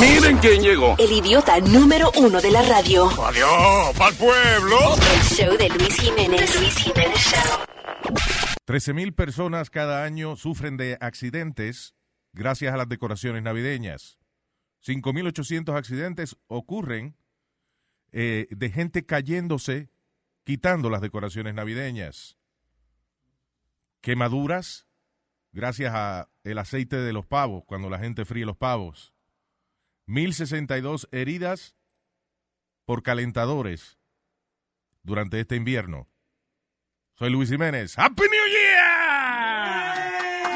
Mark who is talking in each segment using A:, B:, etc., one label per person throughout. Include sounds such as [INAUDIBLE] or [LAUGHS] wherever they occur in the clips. A: Miren quién llegó.
B: El idiota número uno de la radio.
A: Adiós, pa'l pueblo.
B: El show de Luis Jiménez. Luis Jiménez Show.
C: 13.000 personas cada año sufren de accidentes gracias a las decoraciones navideñas. 5.800 accidentes ocurren eh, de gente cayéndose, quitando las decoraciones navideñas. Quemaduras gracias a el aceite de los pavos, cuando la gente fríe los pavos. 1.062 heridas por calentadores durante este invierno. Soy Luis Jiménez. ¡Happy New Year!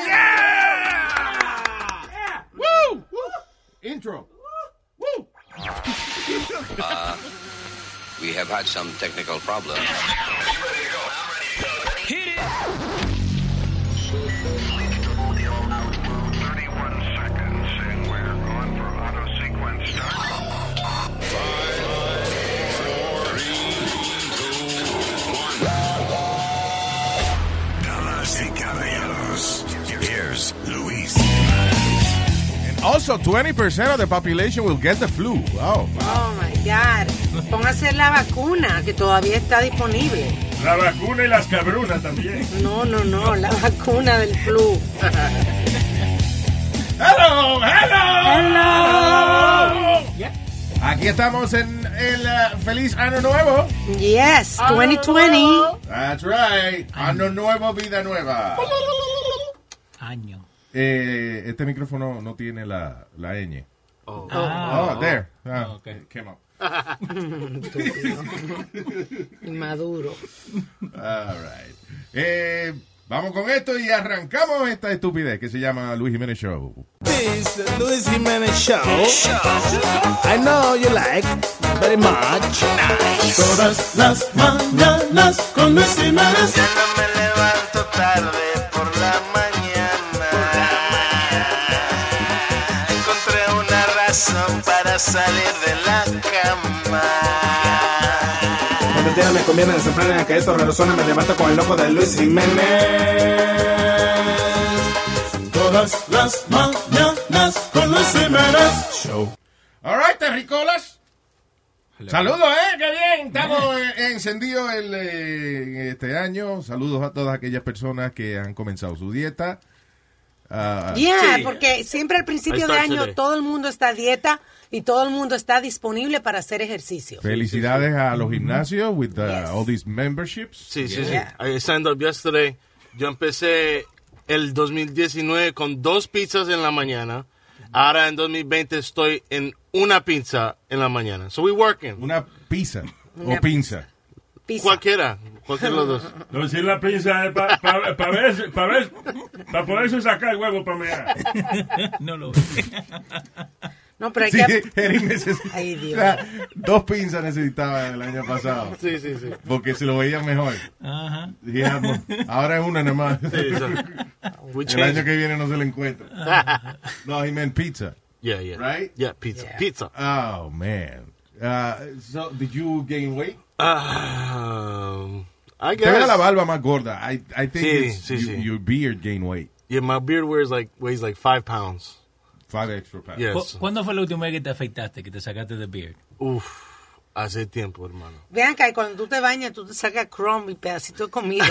C: Yeah! Woo! Intro.
D: We have had some technical problems.
E: Damas y caballeros, here's Luis.
C: And also 20% of the population will get the flu. Wow.
F: Oh my God. Póngase la vacuna que todavía está disponible.
G: La vacuna y las cabrunas también.
F: No, no, no, la [LAUGHS] vacuna del flu.
C: Hello, hello. Hello. Aquí estamos en el eh, feliz año nuevo.
F: Yes, 2020.
C: That's right. Año nuevo, vida nueva.
H: Año.
C: Eh, este micrófono no tiene la, la ñ. Oh, there. Ah, it came up.
F: Maduro.
C: All right. Eh, vamos con esto y arrancamos esta estupidez que se llama Luis Jiménez Show.
I: This is Luis Jimenez show. I know you like very much.
E: Todas las mañanas con Luis Jiménez.
I: Me retiran, me convienen, se prenden a que esto resuena. Me levanto con el loco de Luis Jiménez.
E: Todas las mañanas con Luis Jiménez.
C: All right, terricolas. Saludos, ¿eh? Qué bien. Estamos eh, encendidos el, eh, este año. Saludos a todas aquellas personas que han comenzado su dieta. Ah,
F: Yeah,
G: Sí.
F: porque siempre al principio
G: I
F: de
G: start
F: año
G: today.
F: todo el mundo está a dieta y todo el mundo está disponible para hacer ejercicio.
C: felicidades a los gimnasios with the-
F: Yes.
C: all these memberships.
G: Sí, sí, sí.
F: Yeah.
G: I signed up yesterday. Yo empecé el 2019 con dos pizzas en la mañana. Ahora en 2020 estoy en una pizza en la mañana. So we working.
C: Una pizza o
F: Una
C: pinza.
F: Pizza.
G: Cualquiera, cualquiera de los dos.
J: Entonces la pinza es para pa, pa ver, pa ver, pa poderse sacar el huevo para mirar.
H: No lo veo.
F: No, pero hay
C: Sí,
F: que...
C: Eric necesita-
F: Ay, Dios.
C: o sea, dos pinzas necesitaba el año pasado.
G: Sí, sí, sí.
C: Porque se lo veía mejor.
H: Ajá.
C: Digamos, ahora es una nomás.
G: Sí, so we
C: El año
G: changed.
C: que viene no se lo encuentra. No, he meant pizza.
G: Yeah, yeah.
C: Right?
G: Yeah, pizza.
F: Yeah.
G: Pizza.
C: Oh, man. Uh, so, did you gain weight?
G: Um, I
C: Te ve la
G: guess.
C: barba más gorda. I, I think
G: Sí,
C: it's
G: sí,
C: you-
G: sí.
C: your beard gained weight.
G: Yeah, my beard wears like weighs like five pounds.
C: Five extra pounds.
G: Yes.
H: ¿Cuándo fue la última vez que te afeitaste, que te sacaste de beard?
G: Uf, hace tiempo, hermano.
F: Vean que cuando tú te bañas, tú te sacas crumb y pedacito de comida.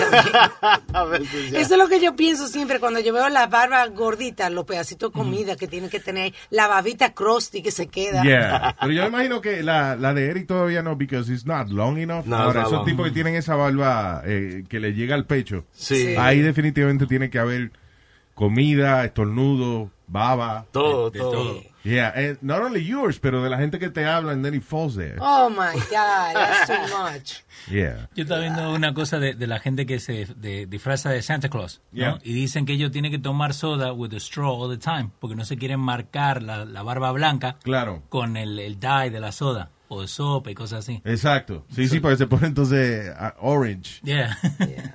G: [LAUGHS] A veces ya.
F: Eso es lo que yo pienso siempre cuando yo veo las barbas gorditas, los pedacitos de comida que tienen que tener, ahí, la babita crusty que se queda.
C: Yeah. [LAUGHS] Pero yo imagino que la, la de Eric todavía no, because it's not long enough.
G: No,
C: Ahora,
G: it's not
C: esos
G: long.
C: tipos que tienen esa barba eh, que le llega al pecho,
G: Sí.
C: ahí definitivamente tiene que haber comida, estornudo, baba.
G: Todo,
H: De- de
G: todo.
H: todo.
C: Yeah, and not only yours, pero de la gente que te habla and then it falls there.
F: Oh my God, that's too much.
C: Yeah.
H: Yo estaba viendo una cosa de, de la gente que se de- disfraza de Santa Claus, ¿no?
C: Yeah.
H: Y dicen que ellos tienen que tomar soda with a straw all the time, porque no se quieren marcar la, la barba blanca
C: Claro.
H: con el, el dye de la soda, o de sopa y cosas así.
C: Exacto. Sí, sí, porque se pone entonces ah, orange
H: Yeah.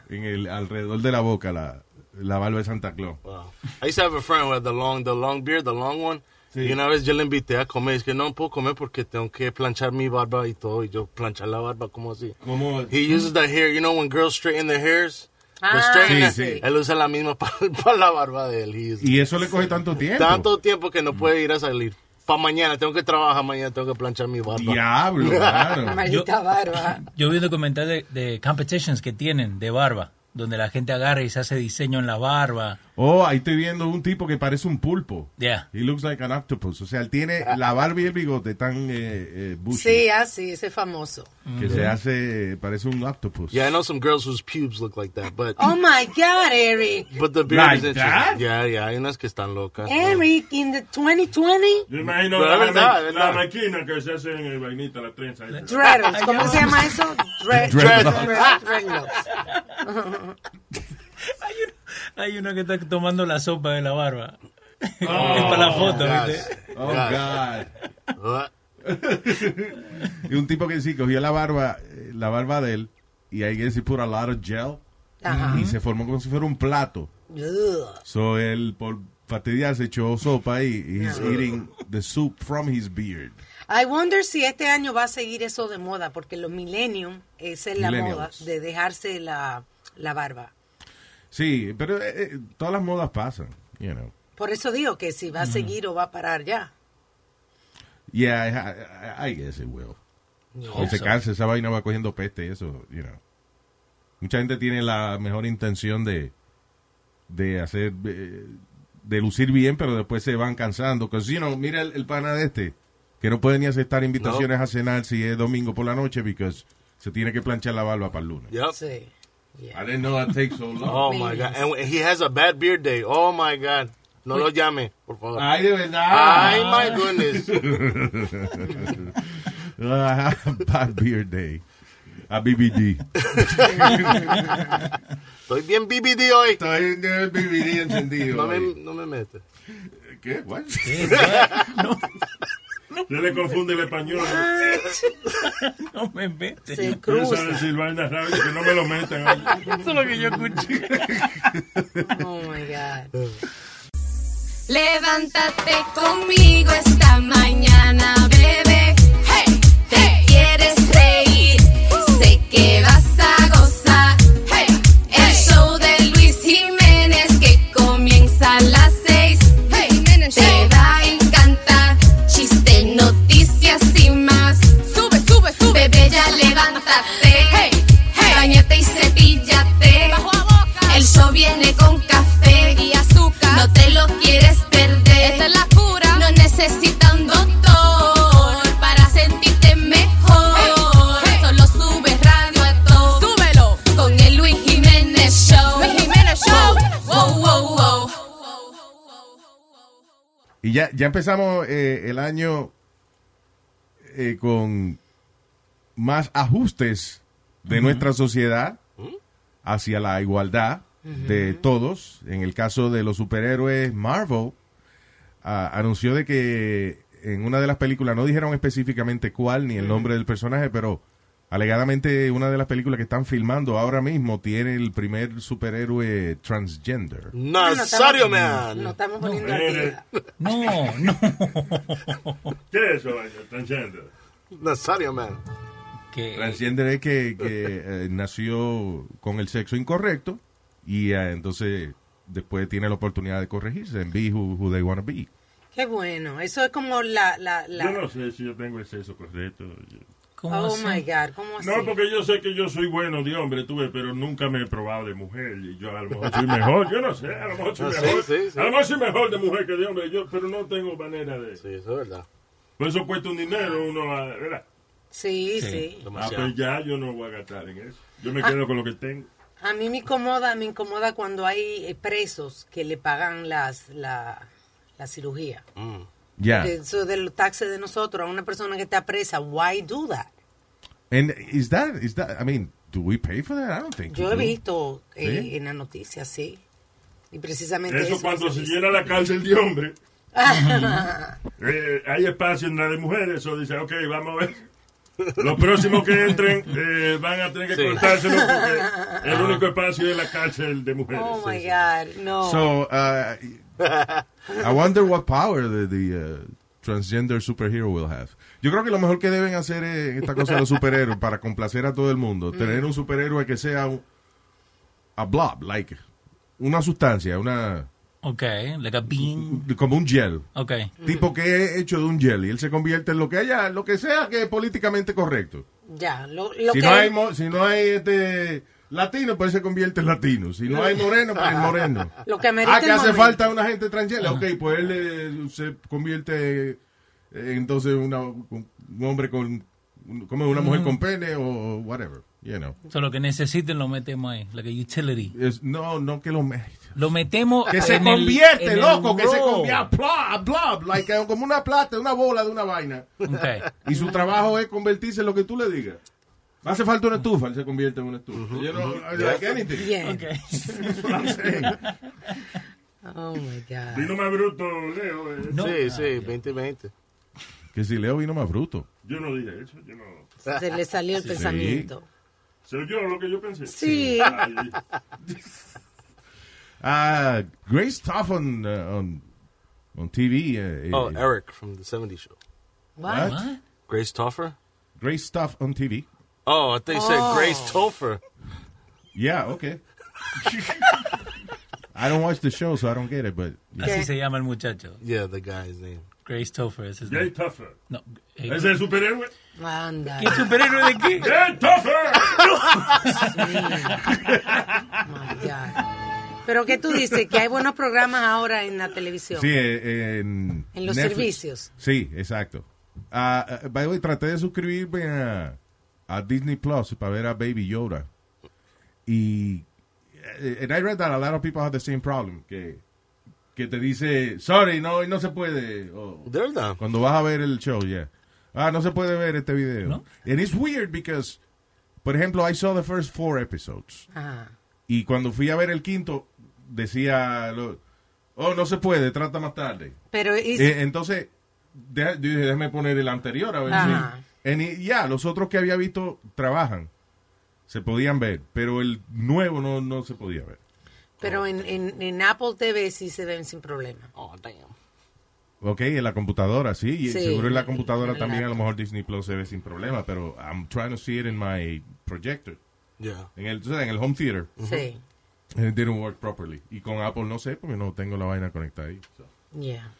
C: en el alrededor de la boca la, la barba de Santa Claus.
G: Wow. I used to have a friend with the long, the long beard, the long one. Y una vez yo le invité a comer, es que no puedo comer porque tengo que planchar mi barba y todo, y yo planchar la barba como así.
C: Como
G: He uses the hair, you know, when girls straighten their hairs, they
F: Ah,
G: straighten
C: Sí,
G: it.
C: sí.
G: él usa [LAUGHS] la misma para la barba de él. He uses-
C: y eso le coge tanto tiempo.
G: Tanto tiempo que no puede ir a salir. para mañana, tengo que trabajar mañana, tengo que planchar mi barba.
C: Diablo,
F: [LAUGHS]
C: claro.
F: Maldita barba.
H: [LAUGHS] Yo vi un documental de, de competitions que tienen de barba, donde la gente agarra y se hace diseño en la barba.
C: Oh, ahí estoy viendo un tipo que parece un pulpo.
H: Yeah.
C: He looks like an octopus. O sea, él tiene la barba y el bigote tan eh, eh, bushy
F: Ah. Sí, así, ese famoso.
C: que se hace, eh, parece un octopus.
G: Yeah, I know some girls whose pubes look like that, but
F: Oh my God, Eric.
G: [LAUGHS] but the beard
C: Like
G: is interesting.
C: that?
G: Yeah, yeah, hay unas que están locas.
F: Eric, in the 2020,
J: Yo imagino
G: Pero
J: la,
G: es verdad, es
J: ma- la
G: verdad.
J: máquina que se hace en el vainita, la trenza. esa.
F: dreadlocks. ¿Cómo se llama eso? Dread-
C: Dreadlocks.
F: dread- Dreadlocks.
H: Hay uno que está tomando la sopa de la barba. [LAUGHS] es para la foto, ¿viste? [LAUGHS]
C: Oh, God.
G: Uh,
C: Y un tipo que sí cogió la barba, eh, la barba de él, y ahí que put a lot of gel,
F: Ajá.
C: y se formó como si fuera un plato.
F: Ugh.
C: So él, por fastidiarse, echó sopa ahí, y he's eating the soup from his beard.
F: I wonder si este año va a seguir eso de moda, porque los millennium, esa es la moda
C: Millennials.
F: de dejarse la, la barba.
C: Sí, pero eh, eh, todas las modas pasan, you know.
F: Por eso digo que si va a seguir o va a parar ya.
C: Yeah, I- I, I guess it will. O se cansa, esa vaina va cogiendo peste, eso, you know. Mucha gente tiene la mejor intención de, de hacer, eh, de lucir bien, pero después se van cansando. Porque, you know, mira el, el pana de este, que no puede ni aceptar invitaciones a cenar si es domingo por la noche, because se tiene que planchar la barba para el lunes.
G: yep.
F: Sí. Yeah.
C: I didn't know that takes so long.
G: Oh my god. And he has a bad beard day. Oh my god. No lo llame, por favor.
C: Ay, de verdad.
G: Ay, my goodness.
C: Ah, [LAUGHS] Bad Beard Day. A BBD.
G: Estoy bien BBD hoy.
C: Estoy en el BBD encendido.
G: No me,
C: ahí.
G: no me metes.
C: ¿Qué? What?
J: Se le confunde el español.
H: [LAUGHS] No me metes.
F: Se
J: Piensa
F: cruza.
J: decir vainas raras que no me lo metan. oye.
H: [LAUGHS] Eso es lo que yo escuché.
F: Oh my God.
K: Levántate conmigo esta mañana, bebé. Hey, te quieres reír. Sé que vas a gozar. Hey, el show de Luis Jiménez que comienza a las seis. Hey, te va a encantar. Chiste, noticias y más. Sube, sube, sube. Bebé, ya levántate. Hey, hey. Bañate y cepíllate. El show viene con café y azúcar. No te lo quieres perder. Esta es la cura. No necesitas un doctor para sentirte mejor. Solo sube radio a todo. Súbelo. Con el Luis Jiménez Show. Luis Jiménez Show. Wow, wow, wow.
C: Y ya, ya empezamos eh, el año eh, con más ajustes de nuestra sociedad hacia la igualdad de todos. En el caso de los superhéroes, Marvel ah, anunció de que en una de las películas, no dijeron específicamente cuál ni el nombre del personaje, pero alegadamente una de las películas que están filmando ahora mismo tiene el primer superhéroe transgender.
F: No, no estamos-
G: Nazario, man.
F: No estamos poniendo al
J: Eres-
F: día.
H: No, no.
J: ¿Qué es eso? vaina? Transgender.
G: Nazario, man.
H: Que,
C: Transgender es que, que, eh, nació con el sexo incorrecto y eh, entonces después tiene la oportunidad de corregirse en be who, who they want to be.
F: Qué bueno. Eso es como la... la, la...
J: Yo no sé si yo tengo el sexo correcto.
H: ¿cómo
F: Oh
H: así?
F: my God. ¿Cómo así?
J: No, porque yo sé que yo soy bueno de hombre, tuve, pero nunca me he probado de mujer. Y yo a lo mejor soy mejor. Yo no sé, a lo mejor soy
G: No, sí,
J: mejor.
G: Ah, sí, sí.
J: A lo mejor soy mejor de mujer que de hombre, yo, pero no tengo manera de.
G: Sí, eso es verdad.
J: Por eso cuesta un dinero, uno, a- ¿verdad?
F: Sí, sí,
J: Ah,
G: Demasiado.
J: pues ya yo no voy a gastar en eso. Yo me quedo con lo que tengo.
F: A mí me incomoda, me incomoda cuando hay eh, presos que le pagan las, la, la cirugía.
C: Ah. Ya.
F: Eso de los taxes de nosotros, a una persona que está presa, why do that?
C: And is that, is that, I mean, do we pay for that? I don't think
F: Yo
C: we
F: he
C: do.
F: visto eh,
C: ¿Sí?
F: en la noticia, sí. Y precisamente eso.
J: Eso cuando se
F: dice.
J: llena la cárcel de hombre, eh, hay espacio en la de mujeres. Eso dice, ok, vamos a ver. Los próximos que entren eh, van a tener que
G: Sí.
J: cortárselo porque el
C: Ah.
J: único espacio es la cárcel de mujeres.
F: Oh my
J: Sí, sí.
F: God, no.
C: So, uh, I wonder what power the, the uh, transgender superhero will have. Yo creo que lo mejor que deben hacer es en esta cosa de los superhéroes para complacer a todo el mundo. Tener un superhéroe que sea un- a blob, like una sustancia, una...
H: Ok, like a bean.
C: Como un gel.
H: Ok.
C: Tipo que es hecho de un gel y él se convierte en lo que haya, lo que sea que es políticamente correcto.
F: Ya, lo, lo
C: si,
F: que
C: no hay, mo- si no hay este latino, pues se convierte en latino. Si no hay moreno, pues es moreno.
F: [LAUGHS] lo que merece
C: Ah, que hace falta una gente transgénero. Ok, pues él eh, se convierte eh, entonces una- un hombre con. un- como una mujer
H: Ujú.
C: con pene o whatever. You know.
H: So, lo que necesiten lo metemos ahí, like a utility.
C: Es- no, no que lo me-
H: Lo metemos
C: Que se
H: en el-
C: convierte,
H: en el
C: loco, que se
H: roll.
C: convierte. Blob, blob, like, eh, como una plata, una bola de una vaina.
H: [LAUGHS] Ok.
C: Y su trabajo es convertirse en lo que tú le digas. Hace falta una estufa, él se convierte en una estufa. Yo no, I like anything.
F: Bien.
C: That's what I'm saying.
F: Oh my God.
J: Vino más bruto, Leo. eh.
G: Sí, sí, 2020.
C: Que si Leo vino más bruto.
J: Yo no dije eso, yo no.
F: Se le salió el
C: Sí.
F: pensamiento.
J: ¿Se oyó lo que yo pensé?
F: Sí.
J: Ay,
C: Ah, great stuff on, uh, on, on TV. eh, eh,
G: Oh, Eric from the 70s show.
C: What?
H: ¿Ah?
G: Grace Toffer?
C: Great stuff on TV.
G: Oh, I think you said Grace Toffer.
C: Yeah, okay. [LAUGHS] I don't watch the show, so I don't get it, but...
H: Así se llama el muchacho.
G: Yeah, the guy's name.
H: Grace Topher. Ese es
J: Jay Tuffer.
H: No. eh,
J: ¿Ese es superhéroe?
F: Anda.
H: ¿Qué superhéroe de qué?
J: ¡Jay Tuffer!
F: [LAUGHS] Pero que tú dices que hay buenos programas ahora en la televisión.
C: Sí, eh, en...
F: En los servicios.
C: Sí, exacto. Ah, ah, by the way, traté de suscribirme a, a Disney Plus para ver a Baby Yoda. Y... eh, And I read that a lot of people have the same problem, que, que te dice, sorry, no, hoy no se puede, o-
G: De verdad.
C: Cuando vas a ver el show, yeah. Ah, no se puede ver este video. And it's weird because, por ejemplo, I saw the first four episodes.
F: Ajá.
C: Y cuando fui a ver el quinto, decía, lo- oh, no se puede, trata más tarde.
F: Pero y-
C: Eh, entonces, deja- yo dije, déjame poner el anterior a ver
F: Ajá.
C: si. And it- yeah, los otros que había visto trabajan. Se podían ver, pero el nuevo no, no se podía ver.
F: pero en, en, en Apple TV sí se ven sin problema.
G: Oh, damn.
C: Ok, en la computadora, sí. y
F: Sí,
C: seguro en la
F: en
C: computadora
F: la
C: también a lo mejor Disney Plus se ve sin problema, pero I'm trying to see it in my projector.
G: Yeah.
C: En el, tú sabes, en el home theater.
F: Sí.
C: It didn't work properly. Y con Apple no sé, porque no tengo la vaina conectada ahí. so.
F: Yeah.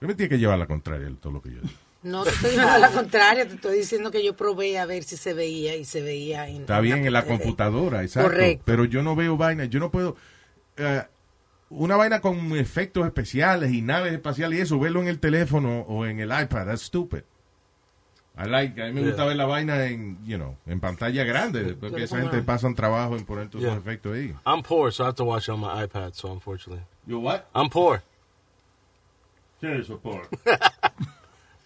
C: Yo me tiene que llevar la contraria de todo lo que yo digo.
F: No te
H: [LAUGHS]
F: estoy diciendo la contraria, te estoy diciendo que yo probé a ver si se veía y se veía en
C: Está bien en la
F: Apple TV.
C: computadora, exacto.
F: Correcto.
C: Pero yo no veo vaina. Yo no puedo... eh, una vaina con efectos especiales y naves espaciales y eso, verlo en el teléfono o en el iPad, that's stupid. I like, a mí me
G: Yeah.
C: gusta ver la vaina en, you know, en pantalla grande, porque esa gente pasa un trabajo en poner todos
G: Yeah.
C: esos efectos ahí.
G: I'm poor, so I have to watch it on my iPad, so unfortunately.
C: You what?
G: I'm poor.
J: ¿Qué es eso, por?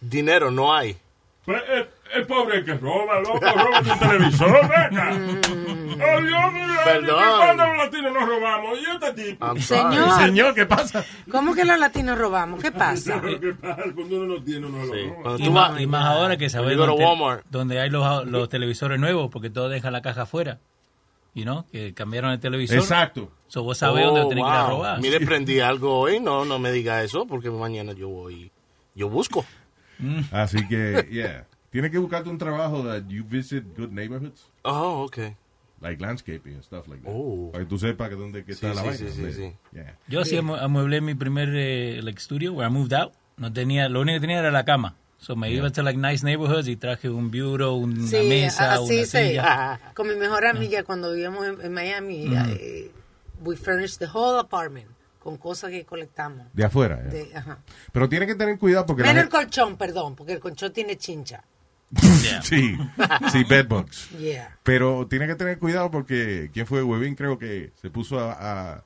G: Dinero no hay.
J: Pues el, el pobre que roba, loco, roba tu televisor, venga. Oh, Dios mío,
G: Perdón.
J: ¿cuándo los latinos nos robamos? ¿Y este tipo? [LAUGHS]
G: I'm sorry.
F: Señor,
C: Señor, ¿qué pasa?
F: ¿cómo que los latinos robamos? ¿Qué pasa?
J: Lo que pasa cuando uno no tiene, uno
G: Sí.
J: lo roba.
G: Cuando
H: Y
G: tú
H: más,
G: vas,
H: y más ahora que sabes
G: You go to
H: dónde-
G: Walmart.
H: donde hay los, los televisores nuevos, porque todo deja la caja afuera. You know, que cambiaron el televisor.
C: Exacto.
H: So vos sabés dónde
G: Oh,
H: tenés que ir a
G: wow.
H: robar.
G: Mire, prendí algo hoy. No, no me diga eso, porque mañana yo voy. Yo busco.
C: Así que, yeah. Tienes que buscarte un trabajo that you visit good neighborhoods,
G: Oh, okay.
C: like landscaping and stuff like that.
G: Oh.
C: Para que tú sepas que dónde que
G: Sí,
C: está la vaina.
G: sí, sí, sí,
C: hombre.
G: sí.
C: Yeah.
H: Yo sí amue- amueblé mi primer eh, like, studio, where I moved out. No tenía, lo único que tenía era la cama. So me iba a like nice neighborhoods y traje un bureau, una
F: Sí,
H: mesa,
F: así
H: una
F: se.
G: Ah.
H: silla.
F: Con mi mejor amiga cuando vivíamos en, en Miami, eh, we furnished the whole apartment con cosas que colectamos.
C: De afuera. yeah.
F: De- ajá.
C: Pero tienes que tener cuidado porque... la
F: Menos el
C: gente-
F: colchón, perdón, porque el colchón tiene chincha.
H: Yeah.
C: [LAUGHS] sí, sí, bedbugs.
F: Yeah.
C: Pero tienes que tener cuidado porque... ¿Quién fue? Webin creo que se puso a... a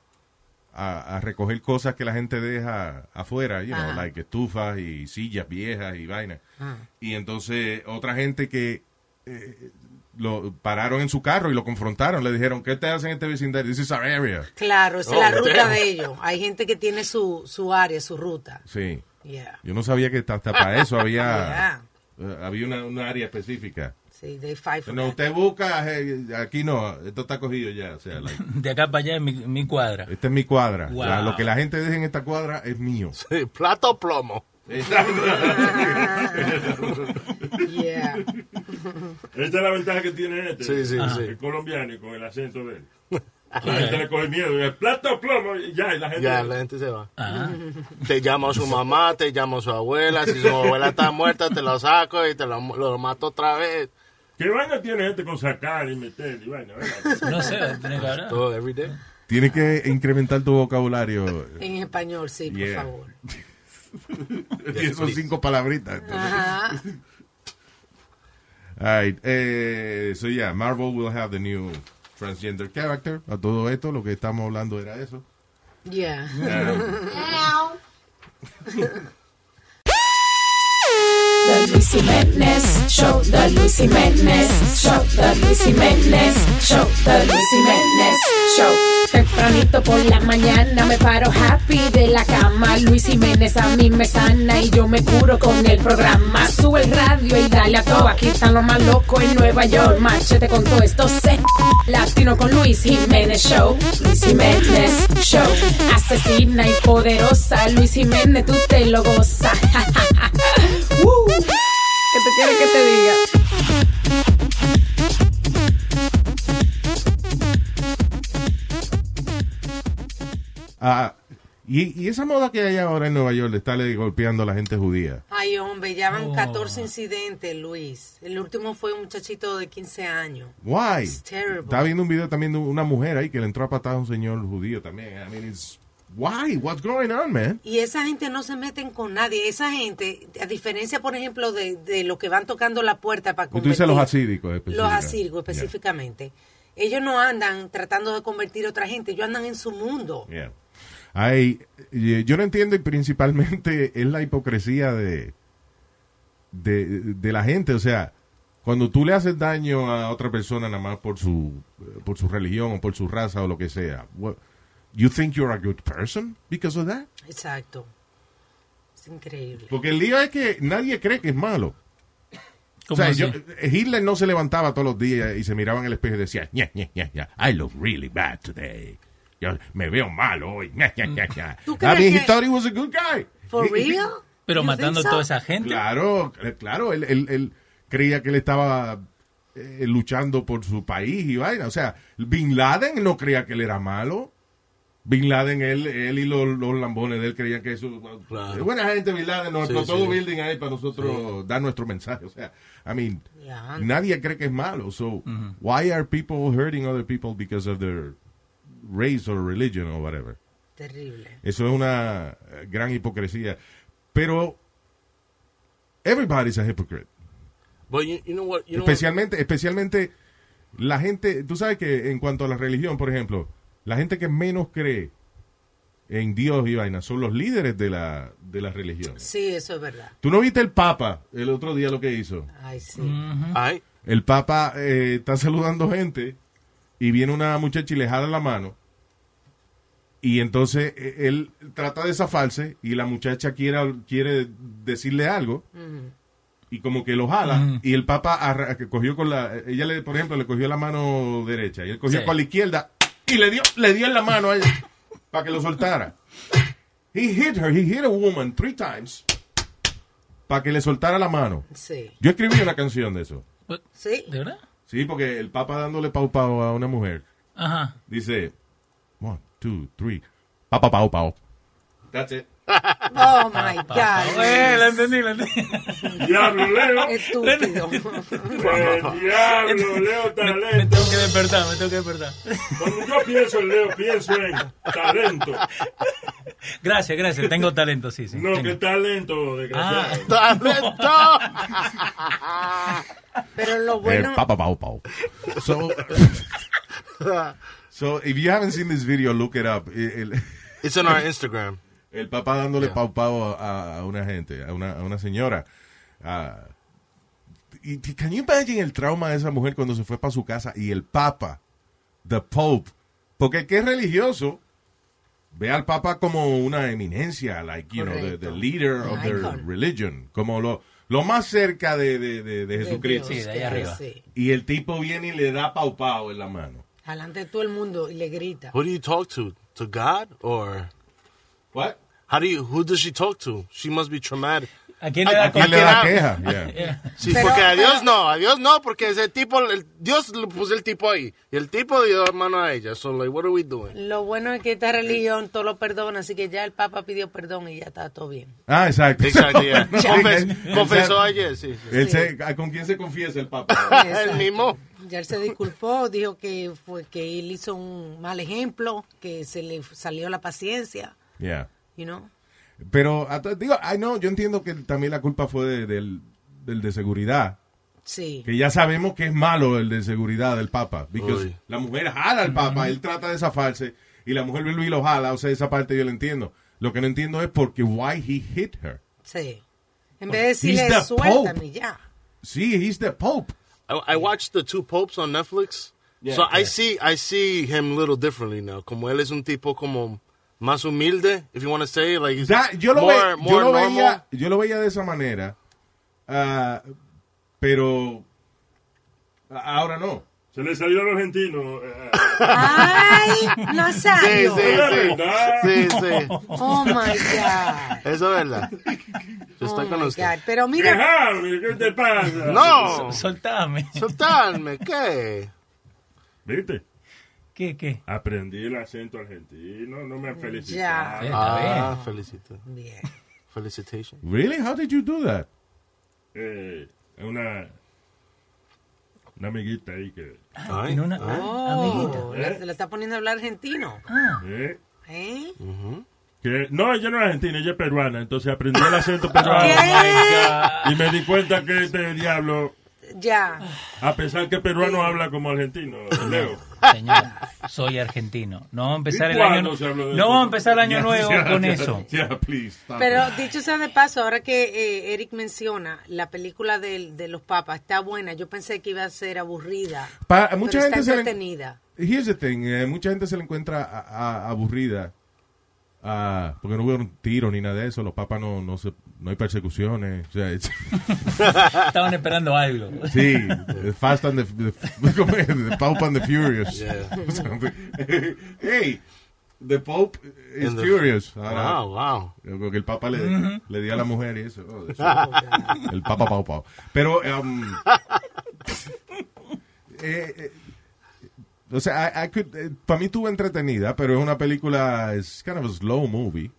C: a- a recoger cosas que la gente deja afuera, you know,
F: Ajá.
C: like estufas y sillas viejas y vainas.
F: Ajá.
C: Y entonces otra gente que eh, lo pararon en su carro y lo confrontaron, le dijeron, ¿qué te hacen en este vecindario? This is our area.
F: Claro, esa
G: Oh,
F: es la ruta
G: damn.
F: de ellos. Hay gente que tiene su, su área, su ruta.
C: Sí.
F: Yeah.
C: Yo no sabía que hasta para eso había,
F: [LAUGHS] Yeah.
C: eh, había una, una área específica.
F: Sí, they fight for
C: No,
F: that.
C: usted busca, eh, aquí no, esto está cogido ya. O sea, like,
H: De acá para allá en mi, mi cuadra.
C: esta es mi cuadra.
H: Wow.
C: La- lo que la gente deje en esta cuadra es mío.
G: Sí, plata o plomo.
C: [LAUGHS]
F: Yeah.
J: Esta es la ventaja que tiene este.
G: Sí, sí, sí.
J: El colombiano y con el acento de él. La gente le coge miedo. y, Plata o plomo. Y ya, y la gente.
G: Ya, la gente se va.
F: Mm.
G: Te llamo a su mamá, te llamo a su abuela. Si su abuela está muerta, te lo saco y te lo, lo mato otra vez.
J: ¿Qué vaina tiene gente con sacar y meter? Y vaina, ¿verdad?
G: No sé, tiene que hablar. Todo, every day.
C: Tienes que incrementar tu
G: [LAUGHS]
C: vocabulario.
F: En español, sí, por
C: Yeah.
F: favor.
C: Tienes son cinco palabritas. entonces.
F: Ajá.
C: All right, eh, so yeah, Marvel will have the new transgender character. A todo esto, lo que estamos hablando era eso.
F: Yeah.
K: Yeah.
L: The Luis Jiménez Show, The Luis Jiménez Show, The Luis Jiménez Show, The Luis Jiménez Show. Tempranito por la mañana me paro happy de la cama. Luis Jiménez a mí me sana y yo me curo con el programa. Sube el radio y dale a todo. Aquí están los más locos en Nueva York. Machete con todo esto. Se latino con Luis Jiménez Show. Luis Jiménez Show. Asesina y poderosa. Luis Jiménez, tú te lo gozas. [LAUGHS] Uh. ¿Qué te quieres que te diga?
C: Ah, y, y esa moda que hay ahora en Nueva York de estarle golpeando a la gente judía.
F: Ay, hombre, ya van 14
C: Oh.
F: incidentes, Luis. El último fue un muchachito de 15 años.
C: Why?
F: It's terrible.
C: Estaba viendo un video también de una mujer ahí que le entró a patada a un señor judío también. I mean, it's, why? What's going on, man?
F: Y esa gente no se meten con nadie. Esa gente, a diferencia, por ejemplo, de, de lo que van tocando la puerta para
C: Y tú dices
F: convertir-
C: los asídicos.
F: Los asirgos específicamente. Ellos no andan tratando de convertir a otra gente. Ellos andan en su mundo.
C: Yeah. Ay, y- eh, yo no entiendo y principalmente [LAUGHS] es la hipocresía de, de, de la gente. O sea, cuando tú le haces daño a otra persona nada más por su, eh, por su religión o por su raza o lo que sea, what- you think you're a good person because of that?
F: Exacto. Es increíble.
C: Porque el lío es que nadie cree que es malo. O
F: ¿Cómo
C: sea,
F: así?
C: yo- Hitler no se levantaba todos los días y se miraba en el espejo y decía, ña, ña, ña, ña, I look really bad today. Yo me veo malo hoy. ña, ña, ña, ña".
F: ¿Tú
C: I
F: crees
C: mean, he
F: que-
C: thought he was a good guy.
F: For
C: He- he-
F: real?
H: Pero
F: You
H: matando
F: think so?
H: toda esa gente.
C: Claro, eh, claro, él, él- él creía que él estaba eh, luchando por su país y vaina. O sea, Bin Laden no creía que él era malo. Bin Laden, él, él y los, los lambones de él creían que eso...
J: Claro.
C: Es buena gente, Bin Laden, nos
J: Sí,
C: explotó
J: sí.
C: building ahí para nosotros dar nuestro mensaje. O sea, I mean,
J: Yeah.
C: nadie cree que es malo. So,
J: Ujú.
C: why are people hurting other people because of their race or religion or whatever?
F: Terrible.
C: Eso es una eh, gran hipocresía. Pero everybody's a hypocrite.
G: But you, you know what? You know what?
C: Especialmente, especialmente la gente, tú sabes que en cuanto a la religión, por ejemplo, la gente que menos cree en Dios y vaina son los líderes de la, de las religiones.
F: Sí, eso es verdad.
C: ¿Tú no viste el Papa el otro día lo que hizo?
F: Ay, sí.
H: Mm.
G: Ay.
C: El Papa eh, está saludando gente y viene una muchacha y le jala la mano. Y entonces eh, él trata de zafarse y la muchacha quiere, quiere decirle algo y como que lo jala
J: Ujú.
C: y el papa arra- que cogió con la ella le por ejemplo le cogió la mano derecha y él cogió
J: Sí.
C: con la izquierda y le dio le dio en la mano a ella para que lo soltara he hit her he hit a woman three times para que le soltara la mano
F: Sí.
C: yo escribí una canción de eso
F: ¿Sí?
H: Pues, ¿De verdad?
C: sí porque el papa dándole pau pau a una mujer
H: Ajá.
C: dice one two three pa pa pau pau That's it.
F: Oh, my God.
H: [LAUGHS] Eh, la entendí, la entendí.
J: Diablo, Leo.
F: Estúpido.
J: El diablo, Leo, talento.
H: Me tengo que despertar, me tengo que despertar. [LAUGHS]
J: Cuando yo pienso en Leo, pienso en talento.
H: Gracias, gracias. Tengo talento, sí, sí.
J: No,
H: tengo.
J: que talento, desgraciado.
F: Pero lo
C: El
F: bueno.
C: papa pau pau so So, if you haven't seen this video, look it up. Eh, El- el-
G: It's on our Instagram.
C: El papá dándole pau pau a, a una gente, a una, a una señora. Ah, y, y can you imagine el trauma de esa mujer cuando se fue para su casa y el papa, the pope, porque el que es religioso ve al papa como una eminencia, like, you know, the, the leader of their
J: Icon.
C: religion, como lo, lo más cerca de, de- de- de Jesucristo.
F: Dios, Sí, de ahí claro, arriba. sí.
C: Y el tipo viene y le da pau pau en la mano.
F: Delante de todo el mundo y le grita.
G: Who do you talk to? To God or
C: what?
G: How do you? Who does she talk to? She must be traumatic.
H: ¿A quién le da,
C: quién le da queja? [LAUGHS]
H: Yeah.
G: Sí,
H: Pero-
G: porque a Dios no, a Dios no, porque ese tipo, el- Dios lo puso el tipo ahí. Y el tipo dio la mano a ella. So, like, what are we doing?
F: Lo bueno es que esta religión todo lo perdona, así que ya el Papa pidió perdón y ya está todo bien.
C: Ah, exacto.
G: [LAUGHS] Exacto, yeah.
C: [LAUGHS] No,
G: [LAUGHS] Confes-
C: él-
G: confesó
C: él-
G: ayer, sí, sí.
C: él se- ¿Con quién se confiesa el Papa?
G: [LAUGHS]
J: [LAUGHS]
F: Exacto.
G: mismo.
F: Ya él se disculpó, dijo que fue que él hizo un mal ejemplo, que se le salió la paciencia,
C: Yeah.
F: you know.
C: Pero, a to- digo, ay, no, yo entiendo que también la culpa fue de- del, del de seguridad.
F: Sí.
C: Que ya sabemos que es malo el de seguridad del Papa. Because
J: Uy.
C: la mujer jala al Papa, él trata de zafarse y la mujer vuelve y lo jala. O sea, esa parte yo la entiendo. Lo que no entiendo es por qué why he hit her.
F: Sí. En vez de decirle
C: Oh, He's the
F: suéltame ya.
C: Sí, he's the Pope.
G: I, I watched the two popes on Netflix.
C: Yeah,
G: so I
C: yeah.
G: see I see him a little differently now. Como él es un tipo como más humilde, if you want to say, like he's
C: Da- yo, lo
G: more,
C: ve- yo
G: more
C: lo
G: normal.
C: veía, yo lo veía de esa manera, ah, pero a- ahora no.
J: Se le salió al argentino. eh,
F: ¡Ay! ¡Nazario!
J: Sí, sí,
G: sí. Sí, sí.
F: Oh my God.
G: Eso es verdad. Yo estoy con usted.
F: God. Pero mira.
J: Déjame, eh, ¿qué te pasa?
G: No.
H: Soltame.
G: Soltame, ¿qué?
J: ¿Viste?
H: ¿Qué, qué?
J: Aprendí el acento argentino, no me felicitaron.
G: Ah, felicito.
F: Bien.
G: Felicitation.
C: Really? How did you do that?
J: Eh, una, una amiguita ahí que...
G: Ay, tiene una- ay.
C: Ah.
F: Oh,
J: ¿Eh?
F: le- se le está poniendo a hablar argentino.
J: ¿Eh?
F: ¿Eh?
J: Que, no, ella no es argentina, ella es peruana, entonces aprendí
C: [LAUGHS]
J: el acento peruano.
F: ¿Qué?
J: Y me di cuenta que este diablo,
F: Ya.
J: a pesar que peruano habla como argentino, Leo.
H: Señor, soy argentino. No vamos a empezar el
J: ¿Cuándo
H: año
J: se habló de
H: No
J: eso?
H: vamos a empezar el año
J: Ya,
H: nuevo
J: ya,
H: con
J: ya,
H: eso.
J: ya, please, stop.
F: Pero dicho sea de paso, ahora que eh, Eric menciona la película del- de, los papas, está buena. Yo pensé que iba a ser aburrida.
C: Pa- a mucha
F: pero
C: gente
F: está
C: se le-
F: entretenida.
C: Here's the thing, eh, mucha gente se la encuentra a- a- aburrida ah, porque no hubo un tiro ni nada de eso, los papas no, no, se- no hay persecuciones. o sea, it's- [LAUGHS]
H: Estaban esperando algo.
C: sí, the Fast and the, the- [LAUGHS] ¿cómo es? The Pope and the Furious.
H: Yeah.
C: [LAUGHS] hey, the Pope is
G: And the-
C: furious.
G: Wow, wow.
C: Porque el Papa le,
G: Ujú.
C: le dio a la mujer y eso. oh, eso. el Papa Pau Pau. Pero, um, eh, eh, o sea, I- I could- eh, para mí estuvo entretenida, pero es una película, es kind of a slow movie,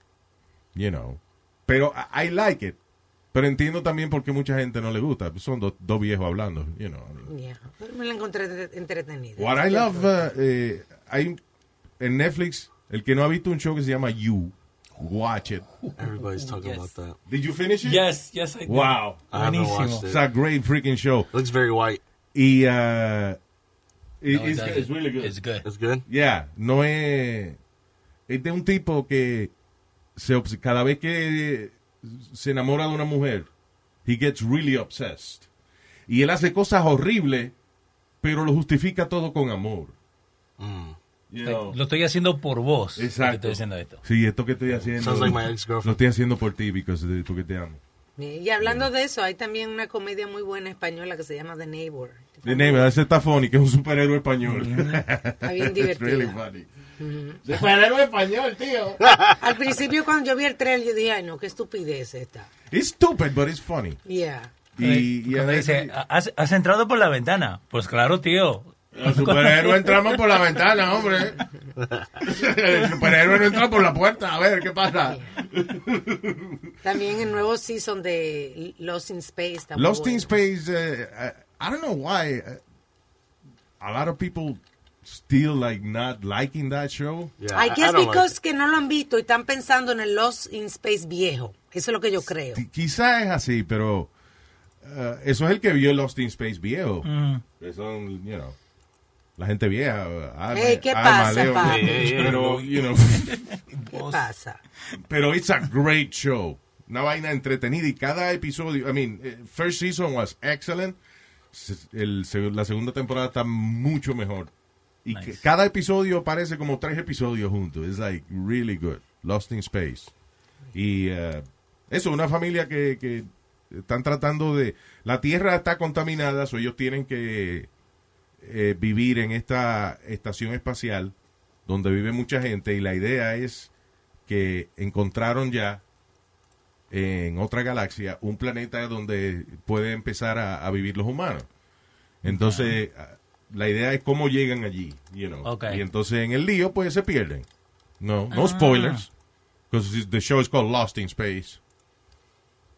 C: you know. Pero I, I like it. Pero entiendo también por qué mucha gente no le gusta. Son dos, dos viejos hablando, you know.
F: Yeah. Pero Me la encontré entre- entretenida.
C: What I love, uh, eh, hay un- en Netflix, el que no ha visto un show que se llama You, watch it.
G: Everybody's talking about that.
C: Did you finish it?
H: Yes, yes, I did.
C: Wow.
G: I haven't Buenísimo. watched it.
C: It's a great freaking show.
G: Looks very white.
C: Y, uh, it-
G: No, it
C: it's,
G: doesn't.
C: it's really good.
G: It's good. It's good?
C: Yeah. No es... Es de un tipo que se, obs- cada vez que se enamora de una mujer, he gets really obsessed. Y él hace cosas horribles, pero lo justifica todo con amor. You know.
H: Lo estoy haciendo por vos. Exacto. Estoy diciendo esto.
C: Sí, esto que estoy haciendo.
H: Sounds like my ex-girlfriend.
C: lo estoy haciendo por ti, because, porque te amo.
F: Y hablando de eso, hay también una comedia muy buena española que se llama The Neighbor.
C: The name, ese está funny, que es un superhéroe español.
F: Está bien
C: It's
F: divertida.
C: [LAUGHS] really funny.
F: Superhéroe español, tío. Al principio cuando yo vi el trailer, yo dije, ay no, qué estupidez esta.
C: It's stupid, but it's funny.
F: Yeah.
C: Y- y
H: Cuando
C: a
H: dice,
F: ah,
H: ¿Has, has entrado por la ventana. Pues claro, tío.
C: Los superhéroes entramos por la
F: [LAUGHS]
C: ventana, hombre. El superhéroe no entra por la puerta. A ver, ¿qué pasa?
F: También el nuevo season de Lost in Space. está muy
C: Lost in
F: bueno.
C: Space, eh, I, I don't know why. eh, a lot of people still like not liking that show.
F: I guess because que no lo han visto y están pensando en el Lost in Space viejo. Eso es lo que yo creo.
C: Qui- Quizá es así, pero eh, eso es el que vio Lost in Space viejo.
F: Mm.
C: Que son, you know, la gente vieja. Alma,
F: Ey, ¿qué
C: Alma,
F: pasa,
C: Leo,
F: Pablo?
C: [LAUGHS] Pero, you know,
F: ¿Qué pasa?
C: pero it's a great show. Una vaina entretenida y cada episodio, I mean, eh, first season was excellent. Se- el seg- la segunda temporada está mucho mejor. Y que- cada episodio parece como tres episodios juntos. It's like really good. Lost in Space. Y eh, eso, una familia que, que están tratando de... La tierra está contaminada, so ellos tienen que eh, vivir en esta estación espacial donde vive mucha gente y la idea es que encontraron ya en otra galaxia un planeta donde puede empezar a, a vivir los humanos. Entonces, la idea es cómo llegan allí, you know. Y entonces en el lío, pues se pierden. No, no
F: Ah.
C: spoilers. Because the show is called Lost in Space.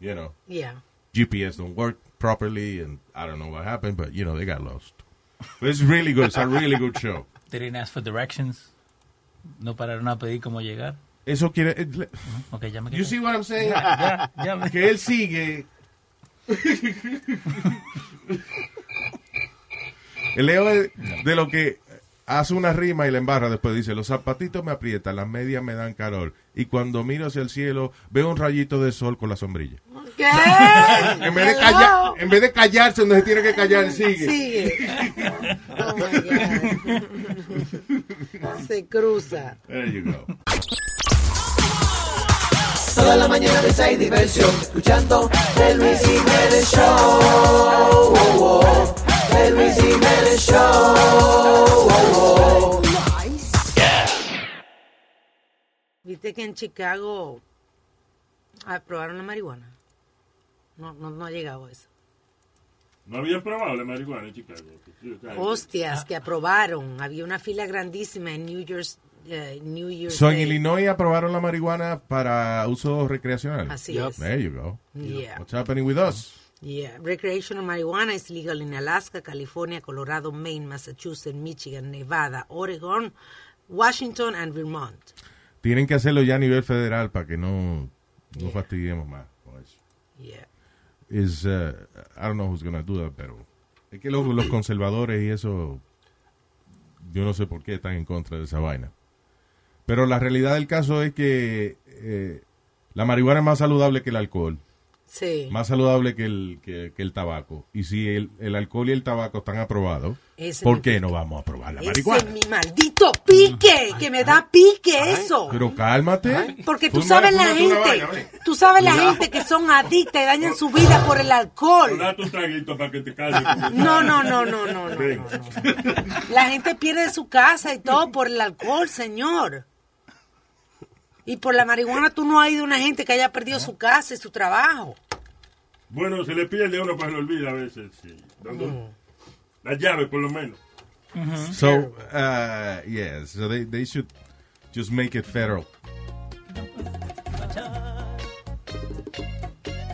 C: You know.
F: Yeah.
C: GPS don't work properly, and I don't know what happened, but you know they got lost. But it's really good. It's a really good show.
H: They didn't ask for directions. No pararon a pedir cómo llegar.
C: Eso quiere. eh, le-
H: Ok, ya me
C: You
H: quedé.
C: see what I'm saying?
H: Ya, ya, ya.
C: Que él sigue. El Leo es de lo que hace una rima y la embarra después dice, los zapatitos me aprietan, las medias me dan calor y cuando miro hacia el cielo veo un rayito de sol con la sombrilla.
F: ¿Qué?
C: En vez de, calla- en vez de callarse donde se tiene que callar, sigue.
F: Sigue. Oh my God. Se cruza.
C: There you go.
M: Toda la mañana de hay diversión, escuchando el Luis Jiménez Show. Oh, oh. El Luis Jiménez Show. Oh, oh.
F: Viste que en Chicago aprobaron la marihuana. No, no, no ha llegado eso.
J: No habían probado la marihuana en Chicago.
F: Hostias, que aprobaron. Había una fila grandísima en New Year's, eh, New Year's
C: So en
F: Day.
C: Illinois aprobaron la marihuana para uso recreacional.
F: Así
C: Yep.
F: es.
C: There you go.
F: Yeah.
C: What's happening with us?
F: Yeah. Recreational marijuana is legal in Alaska, California, Colorado, Maine, Massachusetts, Michigan, Nevada, Oregon, Washington and Vermont.
C: Tienen que hacerlo ya a nivel federal para que no, no fastidiemos más con eso.
F: Yeah.
C: Is, uh, I don't know who's gonna do that, pero es que los,
F: [CLEARS THROAT]
C: los conservadores y eso, yo no sé por qué están en contra de esa vaina. Pero la realidad del caso es que eh, la marihuana es más saludable que el alcohol.
F: Sí.
C: más saludable que el, que, que el tabaco. Y si el, el alcohol y el tabaco están aprobados,
F: Ese
C: ¿por
F: me-
C: qué no vamos a probar la
F: Ese es
C: marihuana? Mm.
F: mi maldito pique, que me da pique eso.
C: Pero cálmate.
F: Porque tú
C: Fuma-
F: sabes la
C: fúmate una vaina,
F: gente, tú sabes la gente que son adictas y dañan su vida por el alcohol.
J: Date un traguito para que te
H: [LAUGHS]
J: calles.
F: No, no, no, no, no, no.
J: Ven.
F: La gente pierde su casa y todo por el alcohol, señor. Y por la marihuana tú no has ido a una gente que haya perdido su casa y su trabajo.
J: Bueno, se le pierde a uno para lo olvida a veces. Sí. Dando La llave, por lo menos.
C: So, uh, yeah, so they, they should just make it federal.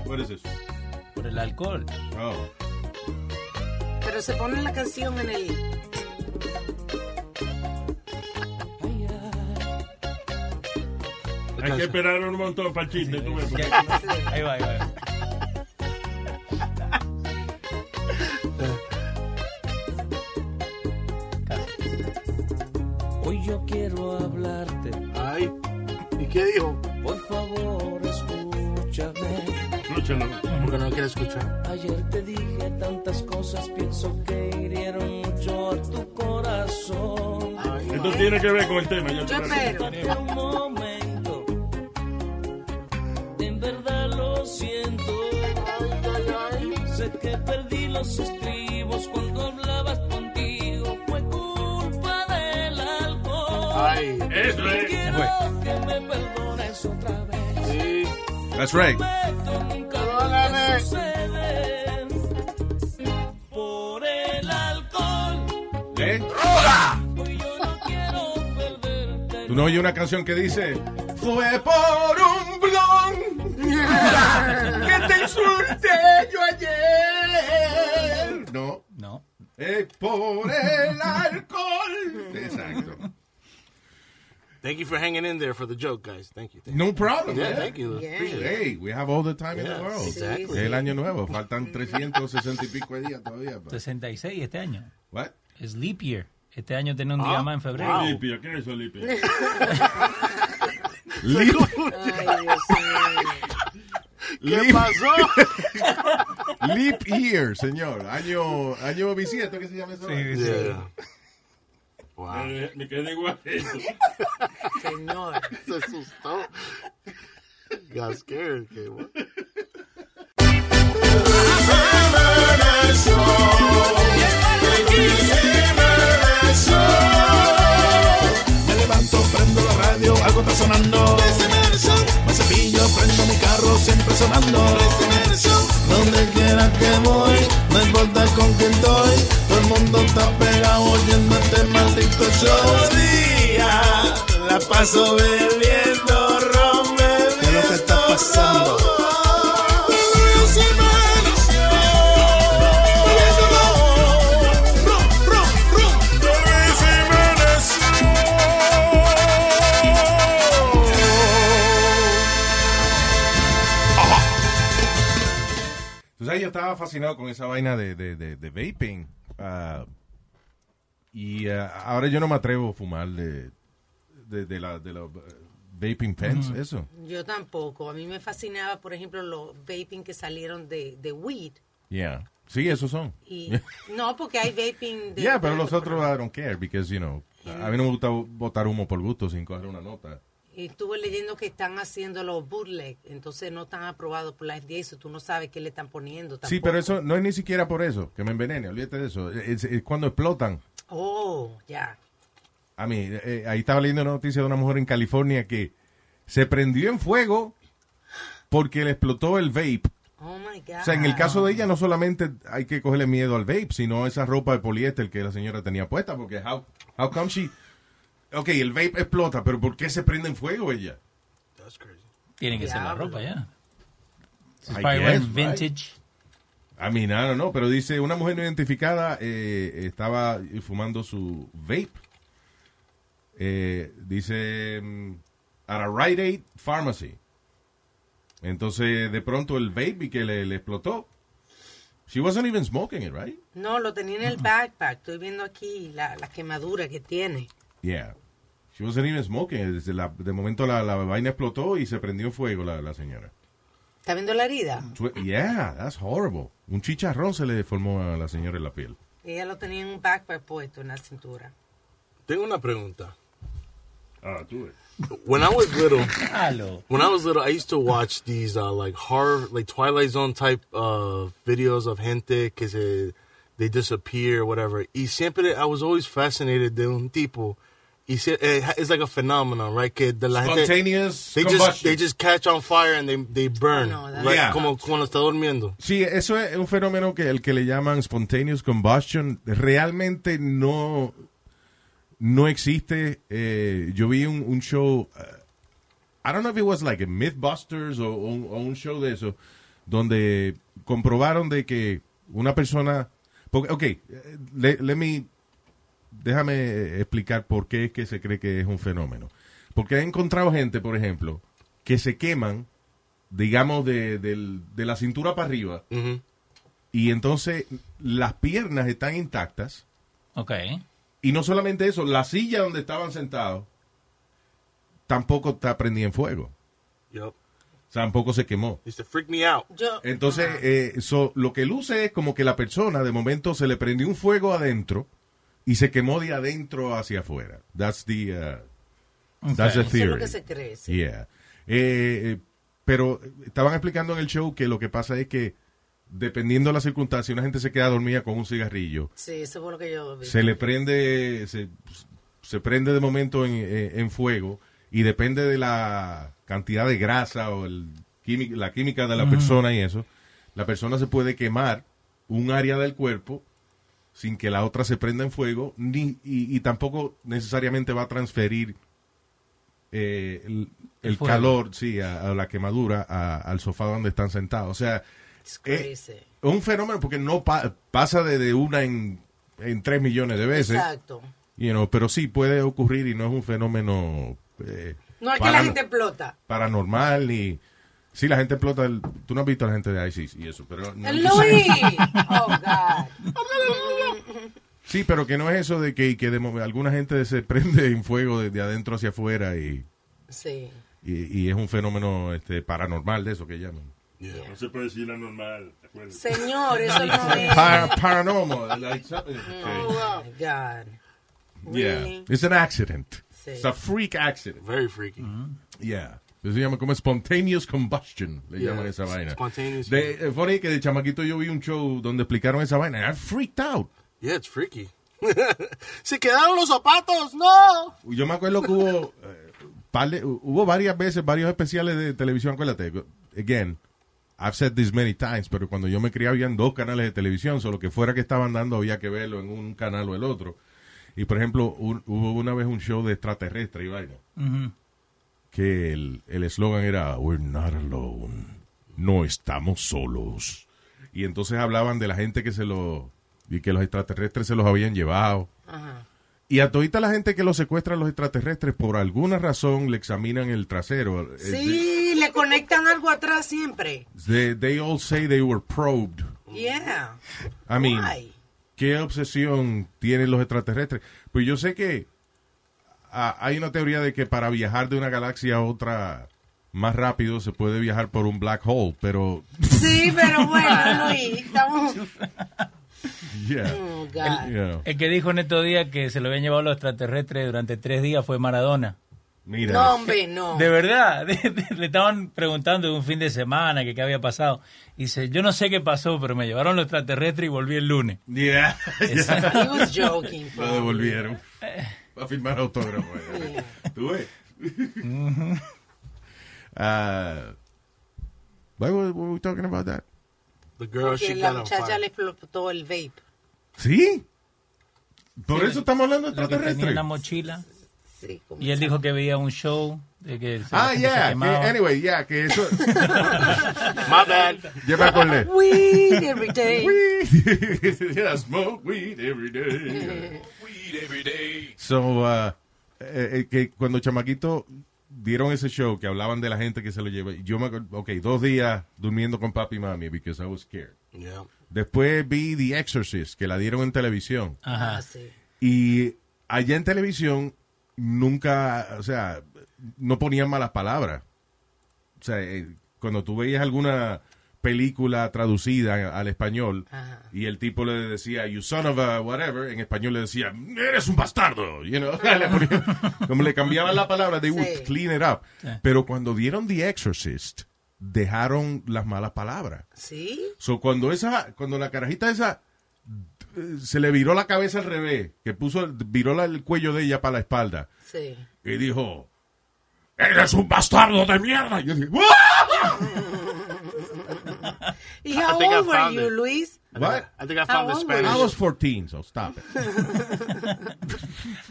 C: What is this?
H: Por el alcohol.
C: Oh.
F: Pero se pone la canción en el...
J: Hay que esperar un montón para el chiste. tú ves, porque-
H: Ahí va, ahí va.
M: Hoy yo quiero hablarte.
G: Ay, ¿y qué dijo?
M: Por favor, escúchame.
J: Escúchalo.
G: Porque no quiere escuchar.
M: Ayer te dije tantas cosas, pienso que hirieron mucho a tu corazón.
J: Esto tiene que ver con el tema. Yo te lo digo.
M: Espérate un momento. En verdad lo siento. Sé que perdí los estribos cuando hablabas contigo. Fue culpa del alcohol.
G: Ay, eso es.
M: Quiero que me perdones otra vez.
C: That's right.
M: Esto nunca vuelve a suceder. Por el alcohol.
C: ¿Eh?
M: Hoy yo no quiero perderte.
C: ¿Tú no oyes una canción que dice? Fue por un
G: [LAUGHS]
C: blon que te insulté yo ayer. No.
H: No.
C: Es por el alcohol. Exacto.
G: Thank you for hanging in there for the joke, guys. Thank you. Thank you.
C: No problem.
G: Yeah,
C: man.
G: thank you. Appreciate it.
C: Hey, we have all the time in
G: Yeah,
C: the world.
G: exactly.
C: Es el año nuevo. Faltan 360 y pico de días todavía. pa.
H: 66 este año.
C: What?
H: Es leap year. Este año tiene un
J: Ah,
H: día más en febrero.
J: wow. Lipia, ¿qué es eso, Lipia?
G: [LAUGHS]
C: Lip.
F: Ay, Dios mío.
C: Lip-
G: [LAUGHS] pasó?
C: Leap year, señor. Año, año bisiesto, ¿qué se llama eso?
G: Yeah. Wow.
J: Eh, Me quedé igual.
F: Señor.
G: Se asustó. Got scared. Okay, what?
I: Me levanto, prendo la radio, algo está sonando. Me cepillo, prendo mi carro, siempre se sonando. Donde quiera que voy, no importa con quién estoy, todo el mundo está pegado oyendo este maldito show. Todo día la paso bebiendo ron, ¿Qué es lo que está pasando?
C: Tú sabes, yo estaba fascinado con esa vaina de, de, de, de vaping. Ah, y ah, ahora yo no me atrevo a fumar de, de, de la, de los eh, vaping pens,
F: Mm.
C: eso.
F: Yo tampoco. A mí me fascinaba, por ejemplo, los vaping que salieron de, de weed.
C: Yeah. Sí, esos son. [LAUGHS]
F: Y, no, porque hay vaping de...
C: yeah, pero los otros I don't care, because, you know, a mí no me gusta botar humo por gusto sin coger una nota.
F: Y estuve leyendo que están haciendo los bootleg, entonces no están aprobados por la FDA, eso tú no sabes qué le están poniendo. Tampoco.
C: Sí, pero eso no es ni siquiera por eso, que me envenene, olvídate de eso. Es, es cuando explotan.
F: Oh, ya.
C: A mí, eh, ahí estaba leyendo una noticia de una mujer en California que se prendió en fuego porque le explotó el vape.
F: Oh, my God.
C: O sea, en el caso de ella no solamente hay que cogerle miedo al vape, sino esa ropa de poliéster que la señora tenía puesta, porque how, how come she... Ok, el vape explota, pero ¿por qué se prende en fuego ella?
H: Tiene que ser la
F: Diablo.
H: ropa, ya.
C: I
H: probably
C: guess,
H: wearing vintage.
C: right? I mean, I don't know, pero dice, una mujer no identificada eh, estaba fumando su vape. Eh, dice, mm, at a Rite Aid Pharmacy. Entonces, de pronto el vape y que le, le explotó. She wasn't even smoking it, right?
F: No, lo tenía en el backpack. Estoy viendo aquí la, la quemadura que tiene.
C: Yeah. She wasn't even smoking. Desde la- de momento la, la vaina explotó y se prendió en fuego la, la señora.
F: ¿Está viendo la herida?
C: Su- Yeah, that's horrible. Un chicharrón se le deformó a la señora en la piel.
F: Ella lo tenía en un backpack puesto en la cintura.
G: Tengo una pregunta.
J: Ah, tú ves.
G: When I was little,
H: Hello.
G: when I was little, I used to watch these uh, like horror, like Twilight Zone type uh, videos of gente que se, they disappear or whatever. Y siempre I was always fascinated de un tipo. Y se, eh, it's like a phenomenon, right? Que de la gente-
C: Spontaneous
G: Este, they just
C: combustion.
G: they just catch on fire and they they burn. like,
C: Yeah.
G: como cuando está durmiendo.
C: Sí, eso es un fenómeno que el que le llaman spontaneous combustion realmente no, no existe. Eh, yo vi un, un show, uh, I don't know if it was like a Mythbusters o, o un, o un show de eso, donde comprobaron de que una persona... porque- Ok, eh, le- let me déjame eh, explicar por qué es que se cree que es un fenómeno. Porque he encontrado gente, por ejemplo, que se queman, digamos, de, del- de la cintura para arriba, y entonces las piernas están intactas, [LAUGHS]
H: Ok.
C: y no solamente eso, la silla donde estaban sentados tampoco está prendida en fuego,
G: Yup.
C: tampoco se quemó.
G: Used to freak me out.
C: Entonces,
F: Ah.
C: eh, so, lo que luce es como que la persona de momento se le prendió un fuego adentro y se quemó de adentro hacia afuera. That's the, uh, that's the
F: Eso es lo
C: theory.
F: que se cree, sí.
C: Yeah. Eh, eh, pero estaban explicando en el show que lo que pasa es que dependiendo de la circunstancia, una gente se queda dormida con un cigarrillo.
F: Sí, eso fue lo que yo vi.
C: Se le prende, se, se prende de momento en, eh, en fuego y depende de la cantidad de grasa o el quími- la química de la
N: Ujú.
C: persona y eso, la persona se puede quemar un área del cuerpo sin que la otra se prenda en fuego ni, y, y tampoco necesariamente va a transferir eh, el, el
N: fuego.
C: calor, sí, a, a la quemadura, a- al sofá donde están sentados. O sea, es
F: crazy.
C: Eh, un fenómeno porque no pa- pasa de, de una en, en tres millones de veces.
F: Exacto.
C: You know, pero sí puede ocurrir y no es un fenómeno eh,
F: No es que la
C: parano-
F: gente explota.
C: paranormal ni... Sí, la gente explota. el- tú no has visto a la gente de ISIS y eso, pero... no-
F: ¡Luis! Oh, God.
C: Sí, pero que no es eso de que, que de mo- alguna gente se [LAUGHS] prende en fuego desde adentro hacia afuera y,
F: Sí.
C: y, y es un fenómeno este, paranormal de eso que llaman.
J: No se puede decir anormal, ¿te acuerdas?
F: Señor, eso no es.
C: Para- paranormal. like something-
F: Oh, my God.
C: Yeah. It's an accident.
F: Sí.
C: It's a freak accident.
G: Very freaky.
C: Mm-hmm. Yeah. Eso se llama como spontaneous combustion, le
G: Yeah,
C: llaman esa vaina.
G: spontaneous
C: De, eh, funny que de chamaquito yo vi un show donde explicaron esa vaina. I freaked out.
G: Yeah, it's freaky. [LAUGHS] Se quedaron los zapatos, no.
C: Yo me acuerdo que hubo, eh, par de- hubo varias veces, varios especiales de televisión, acuérdate, again, I've said this many times, pero cuando yo me crié habían dos canales de televisión, solo que fuera que estaban dando había que verlo en un canal o el otro. Y por ejemplo, un- hubo una vez un show de extraterrestre y vaina,
H: Ujú.
C: que el el eslogan era We're not alone. No estamos solos. Y entonces hablaban de la gente que se lo y que los extraterrestres se los habían llevado.
F: Ajá.
C: Y a todita la gente que los secuestran los extraterrestres, por alguna razón le examinan el trasero. Eh,
F: Sí, le conectan algo atrás siempre.
C: They, they all say they were probed.
F: Yeah.
C: I mean,
F: Why?
C: ¿qué obsesión tienen los extraterrestres? Pues yo sé que ah, hay una teoría de que para viajar de una galaxia a otra más rápido se puede viajar por un black hole, pero [LAUGHS]
F: Sí, pero bueno, Luis, estamos...
C: yeah.
F: Oh, God.
H: El,
C: Yeah.
H: el que dijo en estos días que se lo habían llevado los extraterrestres durante tres días fue Maradona.
C: Mira.
F: No, hombre, no.
H: De verdad, [LAUGHS] de- de- le estaban preguntando un fin de semana que qué había pasado. Y dice, yo no sé qué pasó, pero me llevaron los extraterrestres y volví el lunes.
C: Yeah. [LAUGHS]
F: He was joking,
C: Lo devolvieron.
H: Eh.
C: Va a firmar autógrafo. eh. ¿Tú ves? Ah, why were were we talking about that?
G: The girl,
F: Que
G: she
F: la
G: got on
F: muchacha
G: fire.
F: le explotó el vape.
C: ¿Sí? Por
H: Sí,
C: eso estamos hablando de
H: Lo que tenía
C: extraterrestres.
H: en la mochila.
F: Sí, como-
H: Y él dijo que veía un show. De que se- la
C: Ah,
H: gente se
C: yeah. que-
H: quemaba.
C: anyway, yeah, que eso.
G: My bad.
C: ya me acordé.
F: Weed every
C: [LAUGHS]
F: day.
C: yeah, smoke weed every day. [LAUGHS] Weed every day. So, uh, eh, eh, que cuando Chamaquito dieron ese show que hablaban de la gente que se lo lleva, yo me acuerdo, ok, dos días durmiendo con papi y mami because I was scared.
G: Yeah.
C: Después vi The Exorcist, que la dieron en televisión.
F: Ah,
H: Ajá.
C: Y allá en televisión nunca, o sea, no ponían malas palabras. O sea, eh, cuando tú veías alguna película traducida al español y el tipo le decía, you son of a whatever, en español le decía, eres un bastardo, you know. [LAUGHS] Le ponían- como le cambiaban la palabra, they would
F: Sí.
C: clean it up.
H: Sí.
C: Pero cuando dieron The Exorcist, dejaron las malas palabras.
F: ¿Sí?
C: So, cuando esa, cuando la carajita esa eh, se le viró la cabeza al revés, que puso, viró la- el cuello de ella para la espalda
F: Sí.
C: y dijo, eres un bastardo de mierda. Yo dije, "¡Ah!"
F: ¿Y
G: I
F: how
G: think I
F: old were
G: found
F: you,
G: it.
F: Luis?
C: What?
G: I think I
F: How
G: found the
F: old were
G: Spanish.
C: I was 14, so stop it.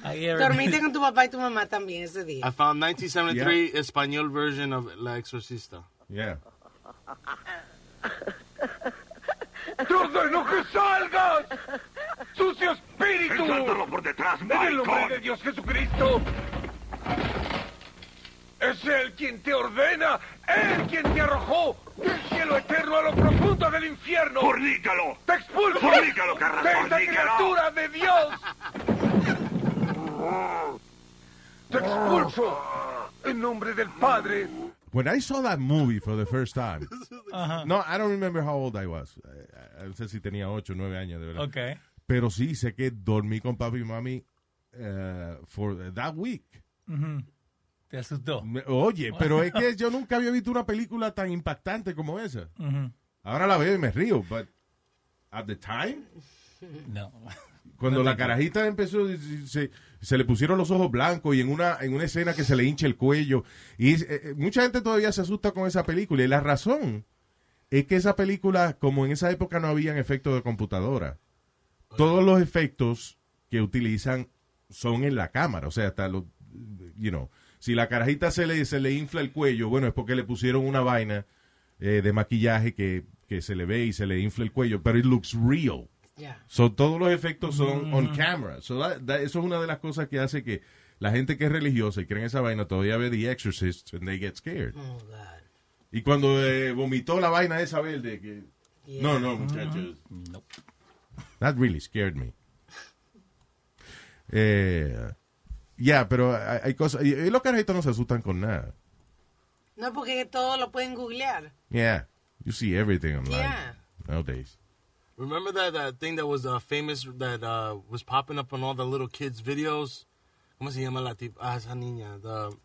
H: Ahí era-
F: Dormiste
H: [LAUGHS]
F: con tu papá y tu mamá también ese día.
G: I found 1973 Espanol version of La Exorcista.
C: Yeah.
N: ¡Te ordeno que salgas! ¡Sucio espíritu! ¡Sáltalo por detrás, En el nombre de Dios Jesucristo. Es Él quien te ordena, Él quien te arrojó del cielo eterno a lo profundo del infierno. ¡Fornícalo! ¡Te expulso! ¡Fornícalo, Carrasco! ¡De esta criatura de Dios! ¡Te expulso! En nombre del Padre.
C: When I saw that movie for the first time,
H: Ajá.
C: no, I don't remember how old I was. Eh, eh, No sé si tenía 8 o 9 años, de verdad.
H: Ok.
C: Pero sí, sé que dormí con papi y mami eh, for that week.
H: Ujú. Te asustó.
C: Me- Oye, pero es que yo nunca había visto una película tan impactante como esa.
H: Ujú.
C: Ahora la veo y me río, but at the time,
H: No.
C: cuando la carajita empezó, se, se le pusieron los ojos blancos y en una, en una escena que se le hincha el cuello. Y es- eh, eh, mucha gente todavía se asusta con esa película. Y la razón es que esa película, como en esa época no habían efectos de computadora, todos los efectos que utilizan son en la cámara. O sea, hasta los, you know, si la carajita se le, se le infla el cuello, bueno, es porque le pusieron una vaina eh, de maquillaje que, que se le ve y se le infla el cuello, pero it looks real.
F: Ya.
C: So, todos los efectos son on camera. So, that- that- eso es una de las cosas que hace que la gente que es religiosa y cree en esa vaina todavía ve The Exorcist and they get scared.
F: Oh, God.
C: Y cuando eh, vomitó la vaina esa verde que...
F: Yeah. Mm-hmm.
C: No, no, muchachos.
H: No.
C: That really scared me. Eh, yeah, pero hay, hay cosas... Y, y los carajitos no se asustan con nada.
F: No, porque todo lo pueden googlear.
C: Yeah, you see everything online
F: Yeah.
C: nowadays.
G: Remember that, that thing that was uh, famous that uh, was popping up on all the little kids' videos? ¿Cómo se llama la tip? Ah, esa niña. The...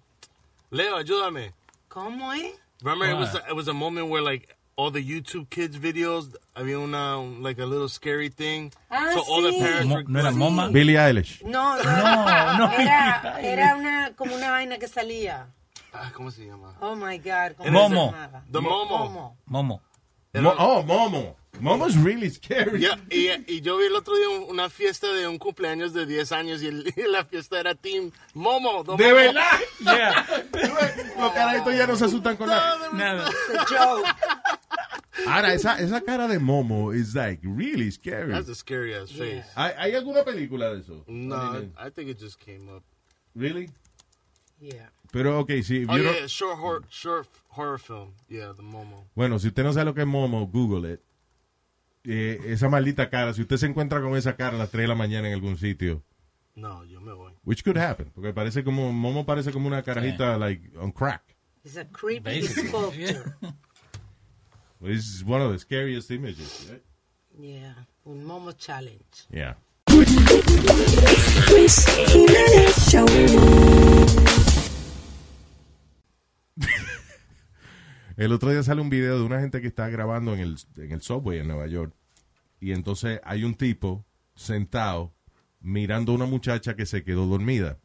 G: Leo, ayúdame.
F: ¿Cómo eh? es?
G: Remember, it was
H: What?
G: it was a moment where like all the YouTube kids videos, I mean, una, like a little scary thing.
F: Ah,
G: so all the
F: sí.
G: parents
H: Mo-
G: were
H: ¿No era
G: like,
H: MoMA?
C: Billie Eilish.
F: No, no,
H: No, no,
F: Era,
H: [LAUGHS] Billie Eilish.
F: era una, como una vaina que salía.
G: Ah, ¿Cómo se llama?
F: Oh my God. ¿cómo
H: Momo.
F: se llamaba?
G: The Momo.
H: Momo.
C: Mo- oh, Momo. Momo's really scary.
G: Ya, y, y yo vi el otro día un- una fiesta de un cumpleaños de 10 años y, el- [LAUGHS] y la fiesta era Team Momo. Don
C: ¿De
G: Momo.
C: verdad? [LAUGHS] Los carajitos ya no se asustan con nada.
H: Nada.
C: Ahora, esa, esa cara de Momo is like really scary.
G: That's a scary ass face.
C: ¿Hay, hay alguna película de eso? I
G: No,
C: mean,
G: I think it just came up.
C: really?
F: Yeah.
C: Pero, ok, si
G: Oh,
C: vieron-
G: yeah, short horror, short horror film. Yeah, the Momo.
C: Bueno, si usted no sabe lo que es Momo, Google it. Eh, esa maldita cara, si usted se encuentra con esa cara a las 3 de la mañana en algún sitio,
G: No, yo me voy.
C: which could happen, porque parece como, Momo parece como una carajita, like, on crack.
F: It's a creepy
H: Basically.
F: sculpture.
C: It's one of the scariest images. right?
F: Yeah. Un Momo challenge.
C: Yeah. El otro día sale un video de una gente que está grabando en el, en el subway en Nueva York. Y entonces hay un tipo sentado mirando a una muchacha que se quedó dormida.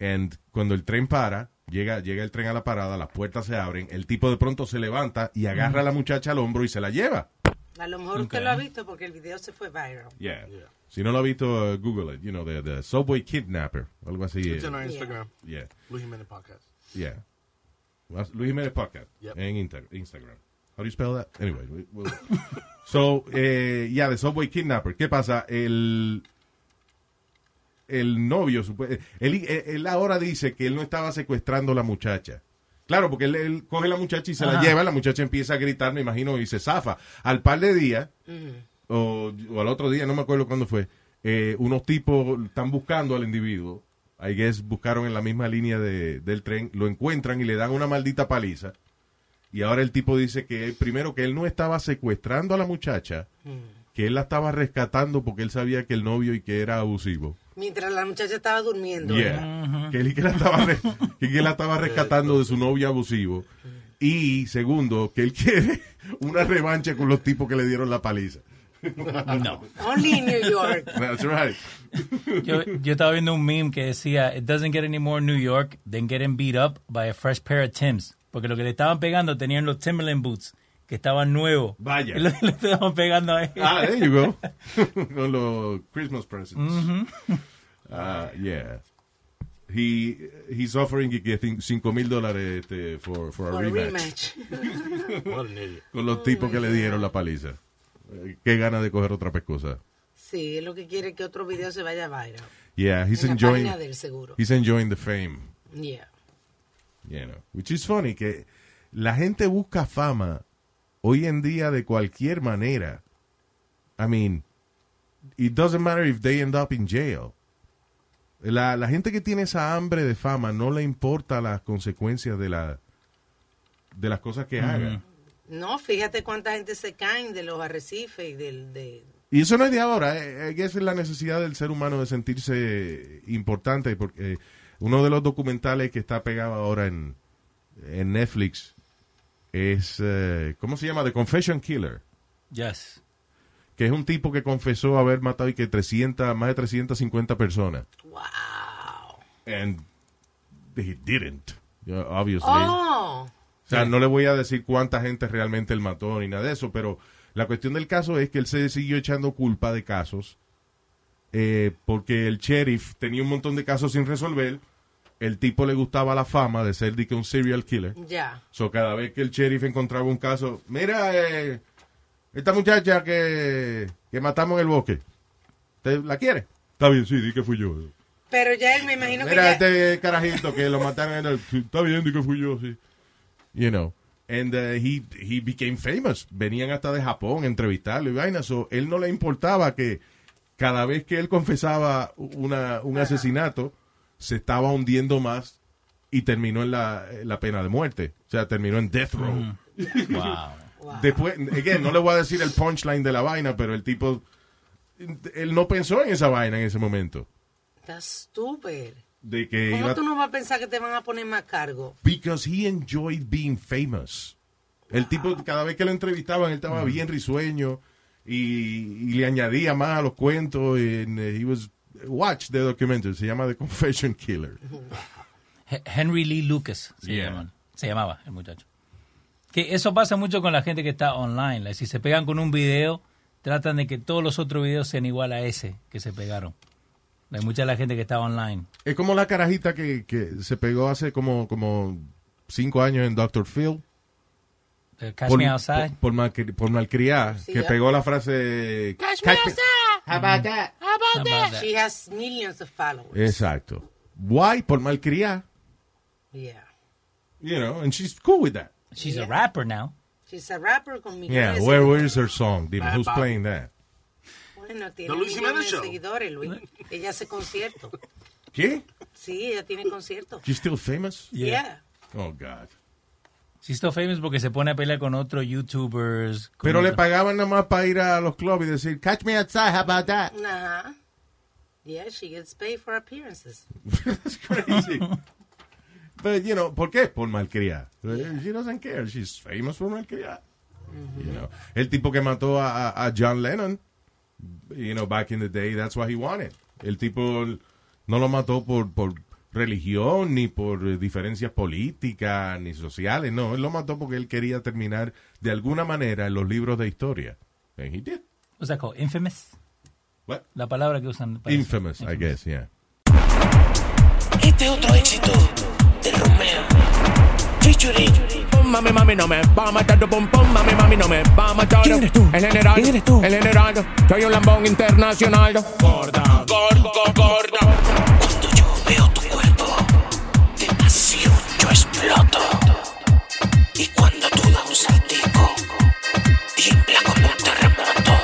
C: And cuando el tren para, llega, llega el tren a la parada, las puertas se abren, el tipo de pronto se levanta y agarra a la muchacha al hombro y se la lleva.
F: A lo mejor usted lo ha visto porque el video se fue viral.
C: Yeah. Si no lo ha visto, uh, Google it. You know, the, the subway kidnapper. Algo así.
G: It's
C: eh,
G: on our Instagram.
C: Yeah.
G: Luis Jiménez Podcast.
C: Yeah. Las- Luis Jiménez Podcast
G: Yep.
C: en Insta- Instagram. How do you spell that? Anyway, we- we'll- [LAUGHS] so, eh, yeah, the Subway Kidnapper. ¿Qué pasa? El, el novio, supu- eh, él, eh, él ahora dice que él no estaba secuestrando a la muchacha. Claro, porque él, él coge a la muchacha y se la
O: Ajá.
C: lleva, la muchacha empieza a gritar, me imagino, y se zafa. Al par de días, o, o al otro día, no me acuerdo cuándo fue, eh, unos tipos están buscando al individuo. I guess buscaron en la misma línea de- del tren, lo encuentran y le dan una maldita paliza. Y ahora el tipo dice que primero que él no estaba secuestrando a la muchacha, que él la estaba rescatando porque él sabía que el novio y que era abusivo.
F: Mientras la muchacha estaba durmiendo.
C: Yeah. Que él que la estaba, re- que él la estaba rescatando de su novio abusivo. Y segundo, que él [LAUGHS] quiere una revancha con los tipos que le dieron la paliza.
H: No.
F: Only in New York.
C: That's right.
H: Yo, yo estaba viendo un meme que decía, it doesn't get any more New York than getting beat up by a fresh pair of Tims. Porque lo que le estaban pegando tenían los Timberland boots, que estaban nuevos.
C: Vaya.
H: Y lo [LAUGHS] que le estaban pegando a él.
C: [LAUGHS] Ah, there you go. Con los Christmas presents.
H: Mhm.
C: [LAUGHS] Ah, yeah. He, he's offering que- que cin- cinco mil dólares este, for, for [LAUGHS] a
F: For a
C: rematch.
F: rematch. Oh,
G: What an idiot.
C: Con los tipos que le dieron la paliza. Eh, Qué gana de coger otra pescosa.
F: Sí, es lo que quiere que otro video se vaya viral.
C: Yeah, he's
F: En la
C: enjoying.
F: página del seguro.
C: He's enjoying the fame.
F: Yeah.
C: You know, which is funny que la gente busca fama hoy en día de cualquier manera. I mean, it doesn't matter if they end up in jail. La, la gente que tiene esa hambre de fama no le importa las consecuencias de la de las cosas que haga.
F: No, fíjate cuánta gente se caen de los arrecifes y del... De...
C: Y eso no es de ahora, eh, eh, que esa es la necesidad del ser humano de sentirse importante, porque eh, uno de los documentales que está pegado ahora en, en Netflix es, eh, ¿cómo se llama? The Confession Killer,
H: Yes.
C: que es un tipo que confesó haber matado y que 300, más de 350 personas.
F: Wow.
C: And he didn't, you know, obviously.
F: Oh.
C: O sea, no le voy a decir cuánta gente realmente él mató ni nada de eso, pero la cuestión del caso es que él se siguió echando culpa de casos eh, porque el sheriff tenía un montón de casos sin resolver. El tipo le gustaba la fama de ser de que un serial killer.
F: Ya.
C: So, cada vez que el sheriff encontraba un caso, mira, eh, esta muchacha que, que matamos en el bosque, ¿te la quiere? Está bien, sí, di que fui yo.
F: Pero ya él me imagino que
C: Mira
F: pues ya-
C: este carajito que lo mataron
F: [LAUGHS]
C: en el... sí, Está bien, di que fui yo, sí. You know. And uh, he, he became famous. Venían hasta de Japón a entrevistarlo y vaina. So, él no le importaba que cada vez que él confesaba una, un asesinato, se estaba hundiendo más y terminó en la, en la pena de muerte. O sea, terminó en death row. [LAUGHS] Después, again, no le voy a decir el punchline de la vaina, pero el tipo, él no pensó en esa vaina en ese momento.
F: Estás stupid.
C: De que
F: ¿Cómo
C: iba-
F: tú no vas a pensar que te van a poner más cargo?
C: Because he enjoyed being famous. El tipo, cada vez que lo entrevistaban, él estaba bien risueño y, y le añadía más a los cuentos. And, eh, he was, watch the documentary, se llama The Confession Killer.
H: He- Henry Lee Lucas se,
C: Yeah.
H: llaman- se llamaba el muchacho. Que eso pasa mucho con la gente que está online. like, si se pegan con un video, tratan de que todos los otros videos sean igual a ese que se pegaron. Hay mucha de la gente que está online.
C: Es como la carajita que, que se pegó hace como, como cinco años en Dr. Phil.
H: Eh, Catch me outside.
C: Por, por malcri- por malcriada,
F: Sí,
C: que
F: ya.
C: pegó la frase...
F: Catch me
C: "Catch me-"
F: outside. How about that? How
H: about that?
F: She has millions of followers.
C: Eh. Exacto. Why? Por malcriada.
F: Yeah.
C: You know, and she's cool with that.
H: She's a rapper now.
F: She's a rapper con millones
C: Yeah,
F: de
C: where,
F: seguidores.
C: where is her song? Dime, who's playing that?
F: Bueno, tiene
G: The
F: millones
G: Luis Jiménez
F: de
G: Show. ¿Eh?
F: seguidores, Luis. Ella hace concierto.
C: ¿Qué?
F: Sí, ella tiene concierto.
C: She's still famous?
F: Yeah.
C: Oh, God.
H: She's still famous porque se pone a pelear con otros YouTubers. con
C: Pero le
H: otros-
C: pagaban nada más para ir a los clubs y decir, catch me outside, how about that?
F: Ajá. Yeah, she gets paid for appearances.
C: Crazy. But, you know, ¿por qué? Por malcriada. She doesn't care. She's famous for malcriada. You know, el tipo que mató a, a- a John Lennon, you know, back in the day, that's what he wanted. El tipo no lo mató por, por religión, ni por eh, diferencias políticas, ni sociales. No, él lo mató porque él quería terminar de alguna manera en los libros de historia. And he did.
H: What's that called? Infamous?
C: What?
H: La palabra que usan. para eso.
C: Infamous, I guess, yeah.
O: Este otro éxito de Romeo. Featuring. Mami, mami, no me va a matar tu pompón. Mami, mami, no me va a matar. ¿Quién eres tú? El general. ¿Quién eres tú? El general. Soy un lambón internacional. Gorda. Gorda, gorda. Cuando yo veo tu cuerpo, de pasión yo exploto. Y cuando tú das un saltico, tiembla como un terremoto.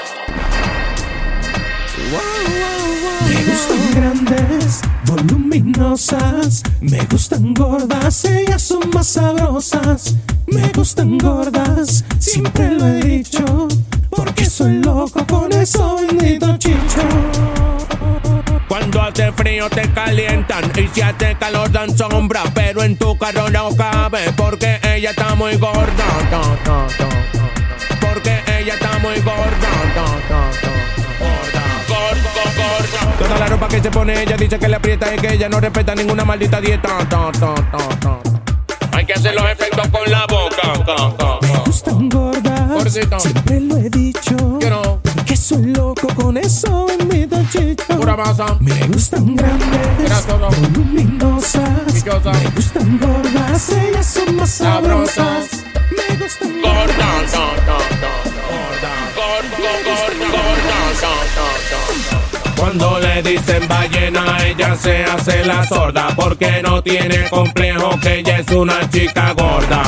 P: Me gustan grandes, voluminosas, me gustan gordas, ellas son más sabrosas. Me gustan gordas, siempre lo he dicho, porque soy loco con eso bendito chicho.
O: Cuando hace frío te calientan y si hace calor dan sombra, pero en tu carro no cabe porque ella está muy gorda. No, no, no, no, no. Porque ella está muy gorda. No, no, no, no. Gorda, gorda, gorda. Toda la ropa que se pone ella dice que le aprieta y que ella no respeta ninguna maldita dieta. No, no, no, no. Hay que hacer los efectos con la boca. No, no, no.
P: Gustan gordas,
O: Gordito.
P: siempre lo he dicho, porque soy loco con eso bendito chicho. Me gustan grandes, voluminosas, me gustan gordas, ellas son más sabrosas. Me gustan
O: Gorda, no, no, no, no. Gorda, gorda, gorda, no, no, no. Cuando le dicen ballena, ella se hace la sorda porque no tiene complejo que ella es una chica gorda.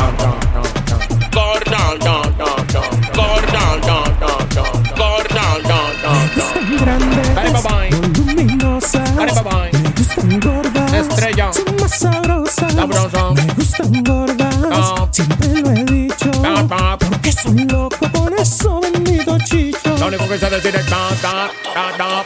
O: Gorda, no, no, no. Gorda, no, no, no. Gorda, no, no, no.
P: Son grandes,
O: Dale, bye-bye.
P: voluminosas,
O: Dale, bye-bye.
P: me gustan gordas,
O: Estrella.
P: son más sabrosas,
O: Sabroso.
P: me gustan gordas,
O: Top.
P: siempre lo he dicho,
O: Top, top.
P: porque soy loco con eso bendito chicho.
O: Lo único que se decir es da, da, da, da.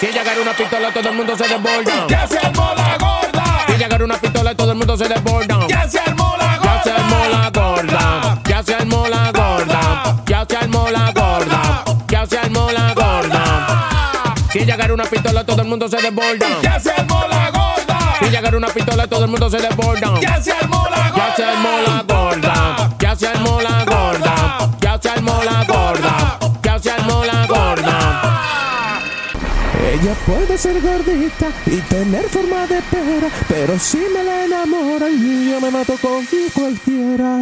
O: Si ella agarra una pistola, todo el mundo se desborda. ¡Ya se armó la gorda! Si ella agarra una pistola, todo el mundo se desborda. ¡Ya se armó la gorda! ¡Ya se armó la gorda! ¡Ya se armó la gorda! ¡Ya se armó la gorda! ¡Ya se armó la gorda! Si ella agarra una pistola, todo el mundo se desborda. ¡Ya se armó la gorda! Si ella agarra una pistola, todo el mundo se desborda. ¡Ya se armó la gorda! ¡Ya se armó la gorda! ¡Ya se armó la gorda! ¡Ya se armó la gorda! ¡Ya se armó la gorda!
P: Ella puede ser gordita y tener forma de pera, pero si me la enamoran, yo me mato con cualquiera.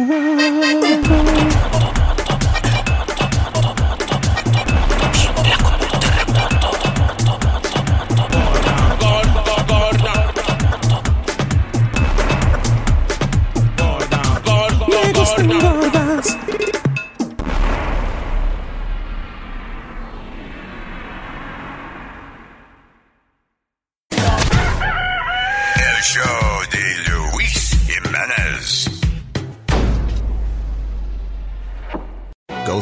P: Me gustan gordas.
Q: El show de Luis Jiménez.
R: Go